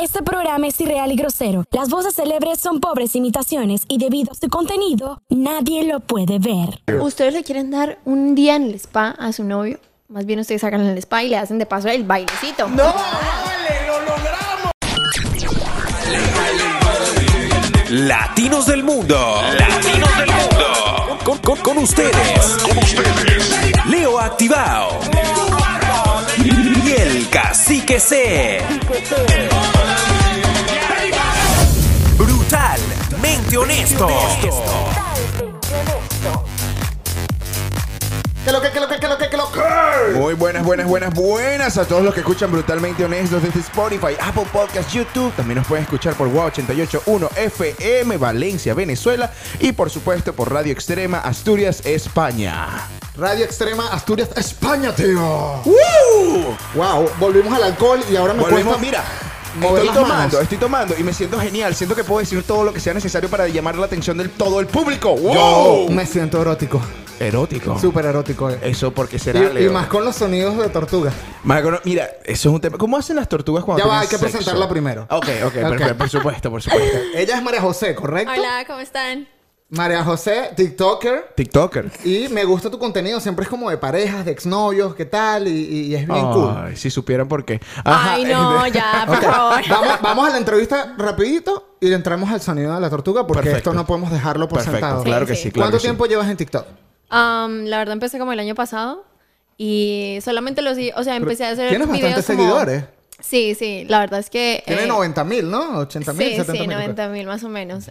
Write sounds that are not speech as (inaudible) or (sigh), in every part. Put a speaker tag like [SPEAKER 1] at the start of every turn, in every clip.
[SPEAKER 1] Este programa es irreal y grosero. Las voces célebres son pobres imitaciones y debido a su contenido, nadie lo puede ver.
[SPEAKER 2] Ustedes le quieren dar un día en el spa a su novio. Más bien ustedes sacan el spa y le hacen de paso el bailecito.
[SPEAKER 3] ¡No, vale! ¡Lo logramos!
[SPEAKER 4] Latinos del mundo. Latinos del mundo. Con, con- con ustedes. Leo Activado. Y el cacique C. Brutalmente honesto.
[SPEAKER 3] ¿Qué lo que, qué lo que, qué lo que, qué lo que?
[SPEAKER 5] Muy buenas, buenas, buenas, buenas a todos los que escuchan Brutalmente Honestos desde Spotify, Apple Podcasts, YouTube. También nos pueden escuchar por WOW881 FM, Valencia, Venezuela. Y por supuesto por Radio Extrema, Asturias, España.
[SPEAKER 3] Radio Extrema Asturias, España, tío.
[SPEAKER 5] ¡Woo!
[SPEAKER 3] Wow, volvimos al alcohol y ahora me
[SPEAKER 5] Volvemos,
[SPEAKER 3] cuesta-
[SPEAKER 5] Pues mira.
[SPEAKER 3] mover
[SPEAKER 5] Estoy
[SPEAKER 3] las
[SPEAKER 5] tomando,
[SPEAKER 3] manos.
[SPEAKER 5] estoy tomando y me siento genial. Siento que puedo decir todo lo que sea necesario para llamar la atención del todo el público.
[SPEAKER 3] Yo
[SPEAKER 5] ¡Wow!
[SPEAKER 3] me siento erótico,
[SPEAKER 5] Erótico.
[SPEAKER 3] súper erótico. eh.
[SPEAKER 5] Eso porque será
[SPEAKER 3] Y, y
[SPEAKER 5] Leo.
[SPEAKER 3] más con los sonidos de tortuga.
[SPEAKER 5] Más cono- Mira, eso es un tema. ¿Cómo hacen las tortugas cuando
[SPEAKER 3] Ya va,
[SPEAKER 5] tienen
[SPEAKER 3] hay que
[SPEAKER 5] sexo?
[SPEAKER 3] presentarla primero.
[SPEAKER 5] Ok, ok, perfecto, por supuesto,
[SPEAKER 3] (laughs)
[SPEAKER 5] por supuesto.
[SPEAKER 3] Ella es María José, ¿correcto?
[SPEAKER 2] Hola, ¿cómo están?
[SPEAKER 3] María José, TikToker.
[SPEAKER 5] TikToker.
[SPEAKER 3] Y me gusta tu contenido, siempre es como de parejas, de exnovios, ¿qué tal? Y, y- y es bien cool.
[SPEAKER 5] Ay, si supieran por qué.
[SPEAKER 2] Ay,
[SPEAKER 5] (laughs)
[SPEAKER 2] no, ya, por
[SPEAKER 3] (laughs) Ok,
[SPEAKER 2] favor.
[SPEAKER 3] Vamos, vamos a la entrevista rapidito y le entramos al sonido de la tortuga porque
[SPEAKER 5] Perfecto.
[SPEAKER 3] esto no podemos dejarlo por
[SPEAKER 5] Perfecto,
[SPEAKER 3] sentado.
[SPEAKER 5] claro que
[SPEAKER 2] Sí,
[SPEAKER 5] sí,
[SPEAKER 2] sí.
[SPEAKER 5] claro
[SPEAKER 3] ¿Cuánto
[SPEAKER 5] que sí.
[SPEAKER 3] tiempo llevas en TikTok?
[SPEAKER 2] Am, la verdad empecé como el año pasado y solamente los... O sea, empecé a hacer
[SPEAKER 3] Tienes
[SPEAKER 2] videos
[SPEAKER 3] bastantes
[SPEAKER 2] como-
[SPEAKER 3] seguidores.
[SPEAKER 2] Sí, sí, la verdad es que...
[SPEAKER 3] Tiene
[SPEAKER 2] eh,
[SPEAKER 3] 90 mil, ¿no? 80 mil,
[SPEAKER 2] Sí,
[SPEAKER 3] 70
[SPEAKER 2] sí,
[SPEAKER 3] mil.
[SPEAKER 2] 90 mil más o menos.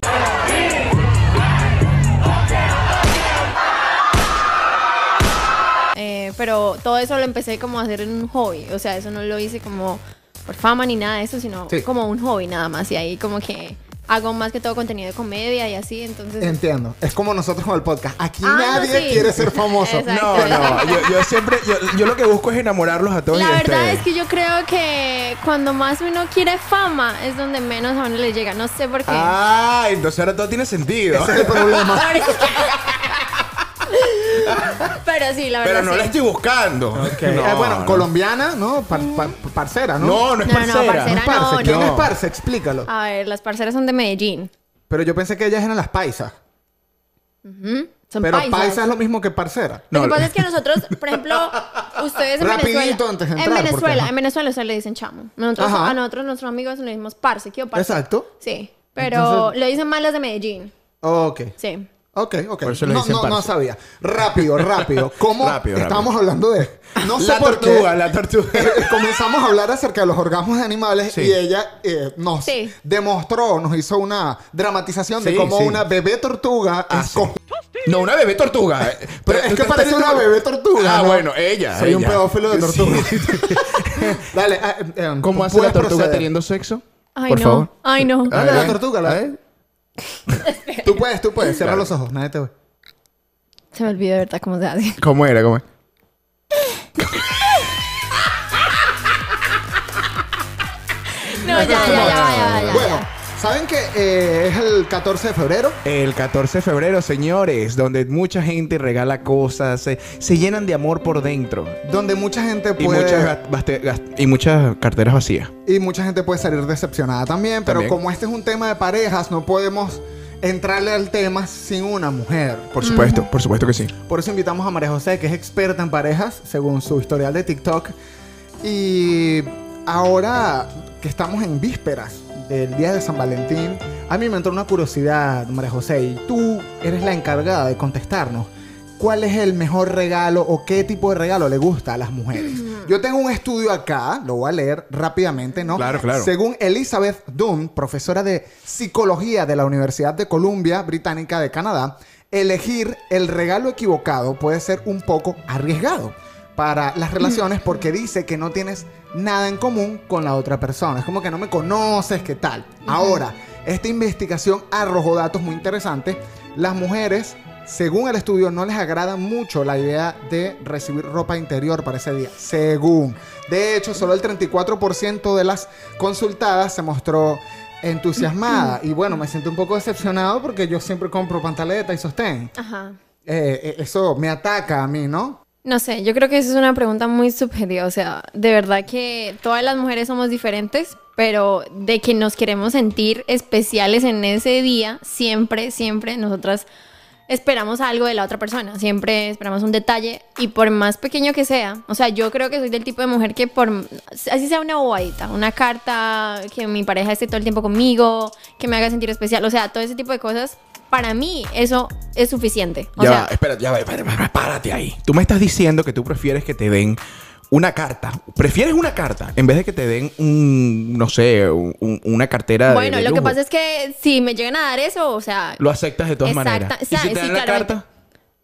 [SPEAKER 2] Eh, pero todo eso lo empecé como a hacer en un hobby, o sea, eso no lo hice como por fama ni nada de eso, sino
[SPEAKER 3] Sí.
[SPEAKER 2] como un hobby nada más. Y ahí como que hago más que todo contenido de comedia y así, entonces...
[SPEAKER 3] Entiendo. Es como nosotros con el podcast. Aquí
[SPEAKER 2] Ah, no,
[SPEAKER 3] nadie
[SPEAKER 2] sí.
[SPEAKER 3] quiere ser famoso.
[SPEAKER 2] Exacto.
[SPEAKER 5] No, no, yo, yo siempre, yo, yo lo que busco es enamorarlos a todos
[SPEAKER 2] La
[SPEAKER 5] y a
[SPEAKER 2] verdad
[SPEAKER 5] ustedes.
[SPEAKER 2] es que yo creo que cuando más uno quiere fama es donde menos a uno le llega, no sé por qué.
[SPEAKER 5] Ah, entonces ahora todo tiene sentido.
[SPEAKER 3] Ese es el problema.
[SPEAKER 2] (laughs) Pero sí, la verdad
[SPEAKER 5] Pero no
[SPEAKER 2] sí.
[SPEAKER 5] la estoy buscando. No,
[SPEAKER 3] Eh, bueno,
[SPEAKER 5] no.
[SPEAKER 3] colombiana, ¿no? Par- par- parcera, ¿no?
[SPEAKER 5] No, no es
[SPEAKER 2] No, no,
[SPEAKER 5] parcera.
[SPEAKER 2] parcera.
[SPEAKER 3] Es parce.
[SPEAKER 2] Mm. no, Ah.
[SPEAKER 3] ¿Quién
[SPEAKER 5] no.
[SPEAKER 3] es parce? Explícalo.
[SPEAKER 2] A ver, las parceras son de Medellín.
[SPEAKER 3] Pero yo pensé que ellas eran las paisas.
[SPEAKER 2] Ujú. ¿Mm? Son
[SPEAKER 3] Pero
[SPEAKER 2] paisas.
[SPEAKER 3] paisa es lo mismo que parcera.
[SPEAKER 2] Lo que
[SPEAKER 5] No,
[SPEAKER 2] pasa
[SPEAKER 5] lo-
[SPEAKER 2] es que nosotros, por
[SPEAKER 3] (laughs)
[SPEAKER 2] ejemplo, ustedes en
[SPEAKER 3] Rapidito
[SPEAKER 2] Venezuela.
[SPEAKER 3] antes de
[SPEAKER 2] en
[SPEAKER 3] entrar,
[SPEAKER 2] Venezuela,
[SPEAKER 3] porque-
[SPEAKER 2] en Venezuela ustedes le dicen chamo. Nosotros,
[SPEAKER 3] Ajá.
[SPEAKER 2] a nosotros, nuestros amigos, le decimos parce, ¿qué o parce?
[SPEAKER 3] Exacto.
[SPEAKER 2] Sí. Pero
[SPEAKER 3] Entonces-
[SPEAKER 2] lo dicen mal los de Medellín.
[SPEAKER 3] Ok.
[SPEAKER 2] Sí.
[SPEAKER 3] Ok, ok.
[SPEAKER 5] Por eso le
[SPEAKER 3] No,
[SPEAKER 5] dicen
[SPEAKER 3] no, no
[SPEAKER 5] parce.
[SPEAKER 3] sabía. Rápido,
[SPEAKER 5] (laughs)
[SPEAKER 3] rápido. ¿Cómo
[SPEAKER 5] Rápido, rápido.
[SPEAKER 3] estábamos hablando
[SPEAKER 5] (laughs)
[SPEAKER 3] de...? No sé
[SPEAKER 5] la
[SPEAKER 3] por qué.
[SPEAKER 5] tortuga, la tortuga.
[SPEAKER 3] (laughs) Eh, comenzamos a hablar acerca de los orgasmos de animales
[SPEAKER 5] Sí.
[SPEAKER 3] y ella eh, nos
[SPEAKER 2] Sí.
[SPEAKER 3] demostró, nos hizo una dramatización de
[SPEAKER 5] Sí,
[SPEAKER 3] cómo
[SPEAKER 5] sí. Ah,
[SPEAKER 3] una bebé tortuga
[SPEAKER 5] Hace.
[SPEAKER 3] escoge-
[SPEAKER 5] No, una
[SPEAKER 3] (laughs)
[SPEAKER 5] bebé tortuga. Eh,
[SPEAKER 3] Pero es que parece una bebé tortuga.
[SPEAKER 5] Ah,
[SPEAKER 3] ¿no?
[SPEAKER 5] bueno, ella.
[SPEAKER 3] Soy un
[SPEAKER 5] ella.
[SPEAKER 3] pedófilo de
[SPEAKER 5] (laughs)
[SPEAKER 3] tortuga. (laughs)
[SPEAKER 5] Sí.
[SPEAKER 3] Dale, ah, eh, eh,
[SPEAKER 5] ¿Cómo hace la
[SPEAKER 3] puedes
[SPEAKER 5] tortuga
[SPEAKER 3] proceder.
[SPEAKER 5] teniendo sexo?
[SPEAKER 2] Ay,
[SPEAKER 5] Por
[SPEAKER 2] no.
[SPEAKER 5] favor.
[SPEAKER 2] Ay, no.
[SPEAKER 5] Ah,
[SPEAKER 3] Dale,
[SPEAKER 5] A
[SPEAKER 3] la
[SPEAKER 5] ver.
[SPEAKER 3] tortuga.
[SPEAKER 5] A
[SPEAKER 3] La...
[SPEAKER 5] ver.
[SPEAKER 3] Tú puedes, tú puedes. Cierra
[SPEAKER 5] Claro.
[SPEAKER 3] los ojos, nadie te ve.
[SPEAKER 2] Se me olvidó de verdad cómo se
[SPEAKER 3] (laughs)
[SPEAKER 2] hace.
[SPEAKER 5] ¿Cómo era? ¿Cómo era?
[SPEAKER 2] No, ya, ya, ya, ya, ya, ya.
[SPEAKER 3] Bueno, ¿saben que eh, es el 14 de febrero?
[SPEAKER 5] El 14 de febrero, señores, donde mucha gente regala cosas, se, se llenan de amor por dentro.
[SPEAKER 3] Donde mucha gente
[SPEAKER 5] Y
[SPEAKER 3] puede...
[SPEAKER 5] muchas, gas- baste- gas- y muchas carteras vacías.
[SPEAKER 3] Y mucha gente puede salir decepcionada también, pero
[SPEAKER 5] También.
[SPEAKER 3] como este es un tema de parejas, no podemos entrarle al tema sin una mujer.
[SPEAKER 5] Por supuesto, por supuesto que sí.
[SPEAKER 3] Por eso invitamos a María José, que es experta en parejas, según su historial de TikTok. Y ahora que estamos en vísperas del día de San Valentín, a mí me entró una curiosidad, María José, y tú eres la encargada de contestarnos. ¿Cuál es el mejor regalo o qué tipo de regalo le gusta a las mujeres? Yo tengo un estudio acá, lo voy a leer rápidamente, ¿no?
[SPEAKER 5] Claro, claro.
[SPEAKER 3] Según Elizabeth Dunn, profesora de psicología de la Universidad de Columbia Británica de Canadá, elegir el regalo equivocado puede ser un poco arriesgado para las relaciones porque dice que no tienes nada en común con la otra persona. Es como que no me conoces, ¿qué tal? Ahora, esta investigación arrojó datos muy interesantes. Las mujeres, según el estudio, no les agrada mucho la idea de recibir ropa interior para ese día. Según. De hecho, solo el 34% de las consultadas se mostró entusiasmada.
[SPEAKER 2] (clears throat)
[SPEAKER 3] Y bueno, me siento un poco decepcionado porque yo siempre compro pantaleta y sostén.
[SPEAKER 2] Ajá.
[SPEAKER 3] Eh, eh, eso me ataca a mí, ¿no?
[SPEAKER 2] No sé, yo creo que eso es una pregunta muy subjetiva. O sea, de verdad que todas las mujeres somos diferentes, pero de que nos queremos sentir especiales en ese día, siempre, siempre nosotras esperamos algo de la otra persona. Siempre esperamos un detalle y por más pequeño que sea, o sea, yo creo que soy del tipo de mujer que por así sea una bobadita, una carta, que mi pareja esté todo el tiempo conmigo, que me haga sentir especial, o sea, todo ese tipo de cosas. Para mí eso es suficiente. O
[SPEAKER 5] ya,
[SPEAKER 2] sea,
[SPEAKER 5] va, espera, ya, va, espera, espera, párate ahí. Tú me estás diciendo que tú prefieres que te den una carta. Prefieres una carta en vez de que te den un, no sé, un- un- una cartera de-
[SPEAKER 2] Bueno,
[SPEAKER 5] de
[SPEAKER 2] lo que
[SPEAKER 5] lujo.
[SPEAKER 2] pasa es que si me llegan a dar eso, o sea,
[SPEAKER 5] Lo aceptas de todas
[SPEAKER 2] Exacta-
[SPEAKER 5] maneras.
[SPEAKER 2] sa-
[SPEAKER 5] ¿Y si te
[SPEAKER 2] sí,
[SPEAKER 5] dan la
[SPEAKER 2] claramente.
[SPEAKER 5] carta?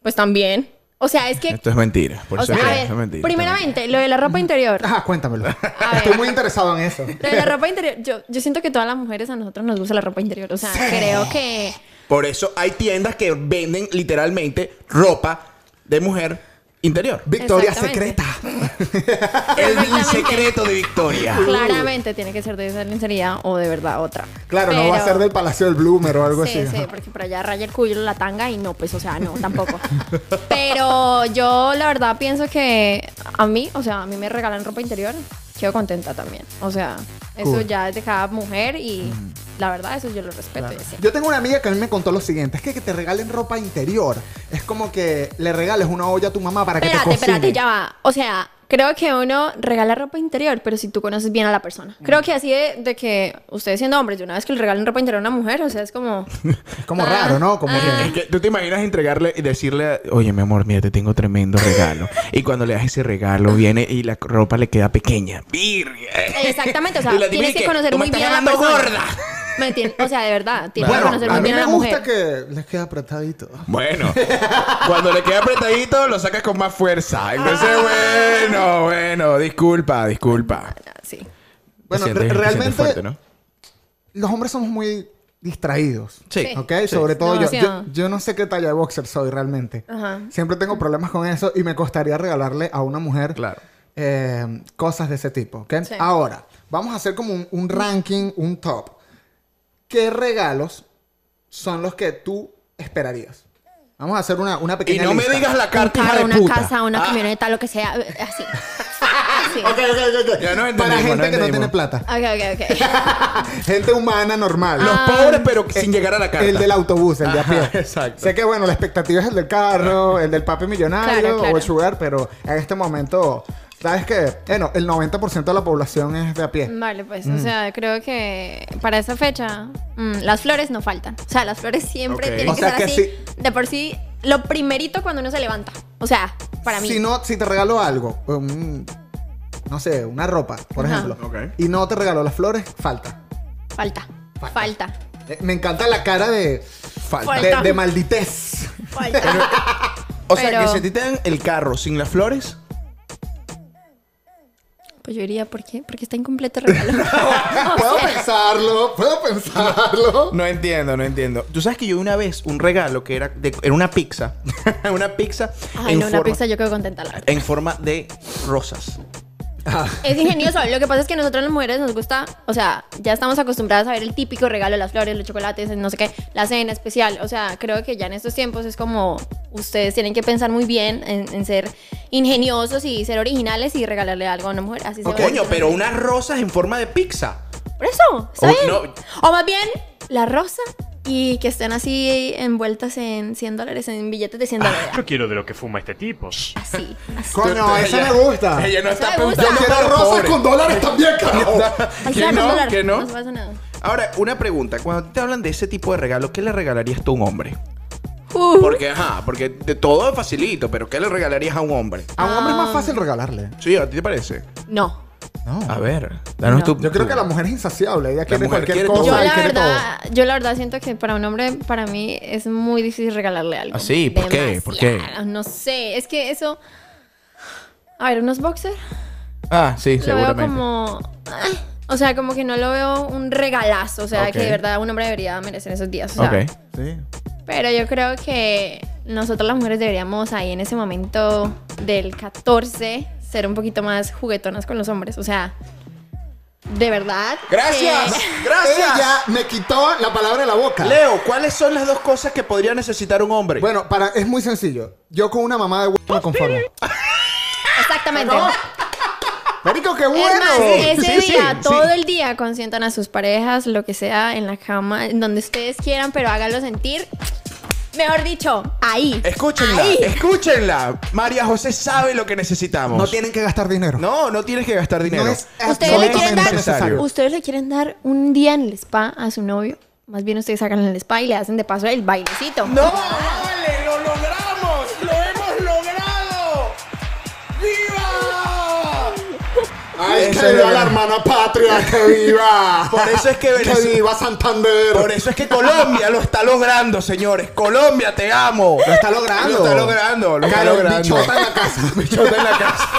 [SPEAKER 2] pues también. O sea, es que.
[SPEAKER 5] Esto es mentira. Por
[SPEAKER 2] O sea,
[SPEAKER 5] eso
[SPEAKER 2] a
[SPEAKER 5] es-
[SPEAKER 2] ver,
[SPEAKER 5] esto es mentira, esto es mentira.
[SPEAKER 2] primeramente, lo de la ropa interior.
[SPEAKER 3] Ajá, Ah,
[SPEAKER 2] (laughs)
[SPEAKER 3] cuéntamelo.
[SPEAKER 2] ver.
[SPEAKER 3] Estoy muy interesado en eso.
[SPEAKER 2] Lo de la ropa interior, yo, yo siento que todas las mujeres a nosotros nos gusta la ropa interior. O sea, creo que.
[SPEAKER 5] Por eso hay tiendas que venden literalmente ropa de mujer interior.
[SPEAKER 3] Victoria
[SPEAKER 2] Exactamente.
[SPEAKER 3] secreta.
[SPEAKER 2] (laughs)
[SPEAKER 5] El,
[SPEAKER 2] Perfectamente.
[SPEAKER 5] secreto de Victoria.
[SPEAKER 2] Claramente tiene que ser de esa lencería o de verdad otra.
[SPEAKER 3] Claro, no va a
[SPEAKER 2] Pero-
[SPEAKER 3] ser del Palacio del Bloomer o algo
[SPEAKER 2] Sí,
[SPEAKER 3] así.
[SPEAKER 2] sí, porque por allá raya el cuello la tanga y no, pues, o sea, no,
[SPEAKER 3] (laughs)
[SPEAKER 2] tampoco. Pero yo la verdad pienso que a mí, o sea, a mí me regalan ropa interior, quedo contenta también. O sea, eso
[SPEAKER 3] Cool.
[SPEAKER 2] ya es de cada mujer y la verdad eso yo lo respeto. y así.
[SPEAKER 3] Yo tengo una amiga que a mí me contó lo siguiente: es que, que te regalen ropa interior. Es como que le regales una olla a tu mamá para que
[SPEAKER 2] Espérate,
[SPEAKER 3] te cocine.
[SPEAKER 2] espérate, ya va. O sea, creo que uno regala ropa interior, pero si tú conoces bien a la persona. Creo que así de, de que ustedes siendo hombres, de una vez que le regalen ropa interior a una mujer, o sea, es como...
[SPEAKER 3] Es como raro, ¿no?
[SPEAKER 2] Ah,
[SPEAKER 3] Como
[SPEAKER 5] Es que tú te imaginas entregarle y decirle, oye, mi amor, mira, te tengo tremendo regalo. y cuando le das ese regalo, viene y la ropa le queda pequeña. Virgen. (laughs)
[SPEAKER 2] Exactamente, o
[SPEAKER 5] Y
[SPEAKER 2] sea,
[SPEAKER 5] la
[SPEAKER 2] tienes
[SPEAKER 5] típica
[SPEAKER 2] que conocer
[SPEAKER 5] "Tú
[SPEAKER 2] muy
[SPEAKER 5] me estás
[SPEAKER 2] bien a la
[SPEAKER 5] llamando
[SPEAKER 2] persona.
[SPEAKER 5] gorda.
[SPEAKER 2] ¿Me entiendes? O sea, de verdad,
[SPEAKER 3] que.
[SPEAKER 2] tienes que conocer
[SPEAKER 3] Bueno,
[SPEAKER 2] muy
[SPEAKER 3] a mí
[SPEAKER 2] bien a
[SPEAKER 3] me
[SPEAKER 2] la
[SPEAKER 3] gusta
[SPEAKER 2] mujer.
[SPEAKER 3] que les queda apretadito.
[SPEAKER 5] Bueno, cuando le queda apretadito, lo sacas con más fuerza. Entonces, bueno, bueno, disculpa, disculpa.
[SPEAKER 2] Ah, Sí.
[SPEAKER 3] Bueno,
[SPEAKER 5] Te
[SPEAKER 3] re-
[SPEAKER 5] sientes- te sientes
[SPEAKER 3] realmente-
[SPEAKER 5] fuerte, ¿no?
[SPEAKER 3] Los hombres somos muy distraídos.
[SPEAKER 5] Sí.
[SPEAKER 3] ¿Ok? Sobre todo yo, yo.
[SPEAKER 2] Demasiado.
[SPEAKER 3] yo no sé qué talla de boxer soy realmente.
[SPEAKER 2] Ajá.
[SPEAKER 3] Siempre tengo problemas con eso y me costaría regalarle a una mujer
[SPEAKER 5] Claro.
[SPEAKER 3] eh, cosas de ese tipo. ¿ok?
[SPEAKER 2] Sí.
[SPEAKER 3] Ahora, vamos a hacer como un, un ranking, un top. ¿Qué regalos son los que tú esperarías? Vamos a hacer una, una
[SPEAKER 5] Y
[SPEAKER 3] pequeña
[SPEAKER 5] no me
[SPEAKER 3] lista.
[SPEAKER 5] digas la
[SPEAKER 2] Un
[SPEAKER 5] carta, hija
[SPEAKER 2] carro,
[SPEAKER 5] de
[SPEAKER 2] una
[SPEAKER 5] puta.
[SPEAKER 2] casa, una
[SPEAKER 5] Ah,
[SPEAKER 2] camioneta, lo que sea, eh, así. Así.
[SPEAKER 3] Ok, ok, ok, ok.
[SPEAKER 5] Ya nos entendimos,
[SPEAKER 3] Para gente
[SPEAKER 5] nos
[SPEAKER 3] que no tiene
[SPEAKER 5] entendimos.
[SPEAKER 3] plata.
[SPEAKER 2] Ok, ok, ok.
[SPEAKER 3] Gente humana normal.
[SPEAKER 5] Los pobres, pero sin llegar a la carta.
[SPEAKER 3] El del autobús, el de a pie.
[SPEAKER 5] Ajá, exacto.
[SPEAKER 3] Sé que, bueno, la expectativa es el del carro, el del papi millonario
[SPEAKER 2] Claro, claro.
[SPEAKER 3] o el sugar, pero en este momento, ¿sabes qué? Bueno, el 90% de la población es de a pie.
[SPEAKER 2] Vale, pues, o sea, creo que para esa fecha mm, las flores no faltan. O sea, las flores siempre
[SPEAKER 5] Ok.
[SPEAKER 2] tienen
[SPEAKER 3] O
[SPEAKER 2] que
[SPEAKER 3] sea,
[SPEAKER 2] estar
[SPEAKER 3] que
[SPEAKER 2] así. De por sí, lo primerito cuando uno se levanta. O sea, para mí.
[SPEAKER 3] Si no, si te regalo algo, um, no sé, una ropa, por
[SPEAKER 2] Ajá.
[SPEAKER 3] ejemplo,
[SPEAKER 5] Ok.
[SPEAKER 3] y no te regalo las flores, falta.
[SPEAKER 2] Falta. Falta. Falta.
[SPEAKER 3] Eh, Me encanta la cara de,
[SPEAKER 5] Falta.
[SPEAKER 3] de,
[SPEAKER 2] Falta.
[SPEAKER 3] de malditez.
[SPEAKER 5] O sea, que
[SPEAKER 2] Pero-
[SPEAKER 5] si a ti te dan el carro sin las flores,
[SPEAKER 2] Pues yo diría, ¿por qué? Porque está incompleto el regalo. (laughs)
[SPEAKER 3] Puedo pensarlo, puedo pensarlo.
[SPEAKER 5] No entiendo, no entiendo. Tú sabes que yo una vez un regalo que era de- era una pizza, (laughs) una pizza
[SPEAKER 2] Ay,
[SPEAKER 5] en
[SPEAKER 2] no,
[SPEAKER 5] forma
[SPEAKER 2] una pizza yo quedo contenta, la verdad.
[SPEAKER 5] en forma de rosas.
[SPEAKER 2] Es ingenioso. Lo que pasa es que nosotros las mujeres nos gusta, o sea, ya estamos acostumbradas a ver el típico regalo, las flores, los chocolates, no sé qué, la cena especial. O sea, creo que ya en estos tiempos es como ustedes tienen que pensar muy bien en, en ser ingeniosos y ser originales y regalarle algo a una mujer. Así se
[SPEAKER 5] Coño, pero unas rosas en forma de pizza.
[SPEAKER 2] Por eso, está
[SPEAKER 5] Oh,
[SPEAKER 2] bien.
[SPEAKER 5] no.
[SPEAKER 2] O más bien, la rosa y que estén así envueltas en 100 dólares, en billetes de 100 dólares.
[SPEAKER 6] Yo quiero de lo que fuma este tipo.
[SPEAKER 5] Ah.
[SPEAKER 2] Así, así.
[SPEAKER 3] Coño,
[SPEAKER 5] Tú-
[SPEAKER 3] eso
[SPEAKER 5] ella-
[SPEAKER 3] me gusta.
[SPEAKER 5] (laughs) Ella no está
[SPEAKER 2] me gusta.
[SPEAKER 5] preguntando
[SPEAKER 3] Quiero
[SPEAKER 5] por
[SPEAKER 3] rosas
[SPEAKER 5] pobre.
[SPEAKER 3] con dólares también,
[SPEAKER 5] (laughs)
[SPEAKER 3] carajo.
[SPEAKER 2] Ahí
[SPEAKER 5] ¿Que
[SPEAKER 2] está,
[SPEAKER 5] no?
[SPEAKER 2] dólar.
[SPEAKER 5] ¿Que no?
[SPEAKER 2] No pasa nada.
[SPEAKER 5] Ahora, una pregunta. Cuando te hablan de ese tipo de regalo, ¿qué le regalarías tú a un hombre?
[SPEAKER 2] Uh.
[SPEAKER 5] Porque, ajá, porque de todo es facilito, pero ¿qué le regalarías a un hombre?
[SPEAKER 3] A un hombre es
[SPEAKER 2] Ah.
[SPEAKER 3] más fácil regalarle.
[SPEAKER 5] Sí, ¿a ti te parece?
[SPEAKER 2] No.
[SPEAKER 3] No.
[SPEAKER 5] A ver, danos
[SPEAKER 2] No.
[SPEAKER 5] tu...
[SPEAKER 3] Yo creo
[SPEAKER 5] tu-
[SPEAKER 3] que la mujer es insaciable. Ella quiere
[SPEAKER 5] mujer
[SPEAKER 3] cualquier
[SPEAKER 5] quiere
[SPEAKER 3] cosa.
[SPEAKER 5] todo.
[SPEAKER 2] Yo
[SPEAKER 3] y
[SPEAKER 2] la,
[SPEAKER 3] quiere
[SPEAKER 2] verdad, yo la verdad siento que para un hombre, para mí, es muy difícil regalarle algo.
[SPEAKER 5] ¿Ah, sí? ¿Por qué? ¿Por qué?
[SPEAKER 2] Demasiado, No sé, es que eso... A ver, unos boxers
[SPEAKER 5] Ah, sí,
[SPEAKER 2] lo veo
[SPEAKER 5] seguramente.
[SPEAKER 2] como... ah, O sea, como que no lo veo un regalazo. O sea,
[SPEAKER 5] Ok.
[SPEAKER 2] que de verdad un hombre debería merecer esos días. O sea,
[SPEAKER 5] Ok.
[SPEAKER 3] todo. Sí.
[SPEAKER 2] Pero yo creo que nosotros las mujeres deberíamos ahí en ese momento del 14 ser un poquito más juguetonas con los hombres. O sea, de verdad.
[SPEAKER 5] ¡Gracias!
[SPEAKER 2] que-
[SPEAKER 5] ¡Gracias!
[SPEAKER 3] Ella me quitó la palabra de la boca.
[SPEAKER 5] Leo, ¿cuáles son las dos cosas que podría necesitar un
[SPEAKER 2] (laughs)
[SPEAKER 5] hombre?
[SPEAKER 3] Bueno, para, es muy sencillo. Yo con una mamá de huevo me conformo.
[SPEAKER 2] (laughs) Exactamente.
[SPEAKER 3] Marico, qué
[SPEAKER 2] Es
[SPEAKER 3] bueno.
[SPEAKER 2] más, ese
[SPEAKER 5] Sí,
[SPEAKER 2] día,
[SPEAKER 5] sí,
[SPEAKER 2] todo
[SPEAKER 5] sí.
[SPEAKER 2] el día, consientan a sus parejas, lo que sea, en la cama, en donde ustedes quieran, pero háganlo sentir, mejor dicho, ahí.
[SPEAKER 5] Escúchenla,
[SPEAKER 2] Ahí.
[SPEAKER 5] escúchenla. María José sabe lo que necesitamos.
[SPEAKER 3] No tienen que gastar dinero.
[SPEAKER 5] No, no tienes que gastar dinero.
[SPEAKER 3] No es
[SPEAKER 2] Ustedes le,
[SPEAKER 5] Absolutamente
[SPEAKER 2] quieren dar,
[SPEAKER 5] necesario.
[SPEAKER 2] ustedes le quieren dar un día en el spa a su novio. Más bien ustedes sacan en el spa y le hacen de paso el bailecito.
[SPEAKER 5] ¡No, Ah, vale! ¡Lo logramos! ¡Lo hemos logrado! ¡Viva!
[SPEAKER 6] ¡Ay,
[SPEAKER 5] Eso
[SPEAKER 6] que
[SPEAKER 5] Ah, es
[SPEAKER 6] viva
[SPEAKER 5] verdad.
[SPEAKER 6] la hermana patria! ¡Que viva!
[SPEAKER 3] (laughs)
[SPEAKER 5] Por eso es que
[SPEAKER 6] ¡Que
[SPEAKER 5] Venezuela-
[SPEAKER 6] viva Santander!
[SPEAKER 5] Por eso es que Colombia lo está logrando, señores. Colombia, te amo.
[SPEAKER 3] Lo está logrando.
[SPEAKER 5] Lo está logrando, lo está
[SPEAKER 3] Claro,
[SPEAKER 5] logrando.
[SPEAKER 3] bichota en la casa.
[SPEAKER 5] (laughs) Bichota en la casa.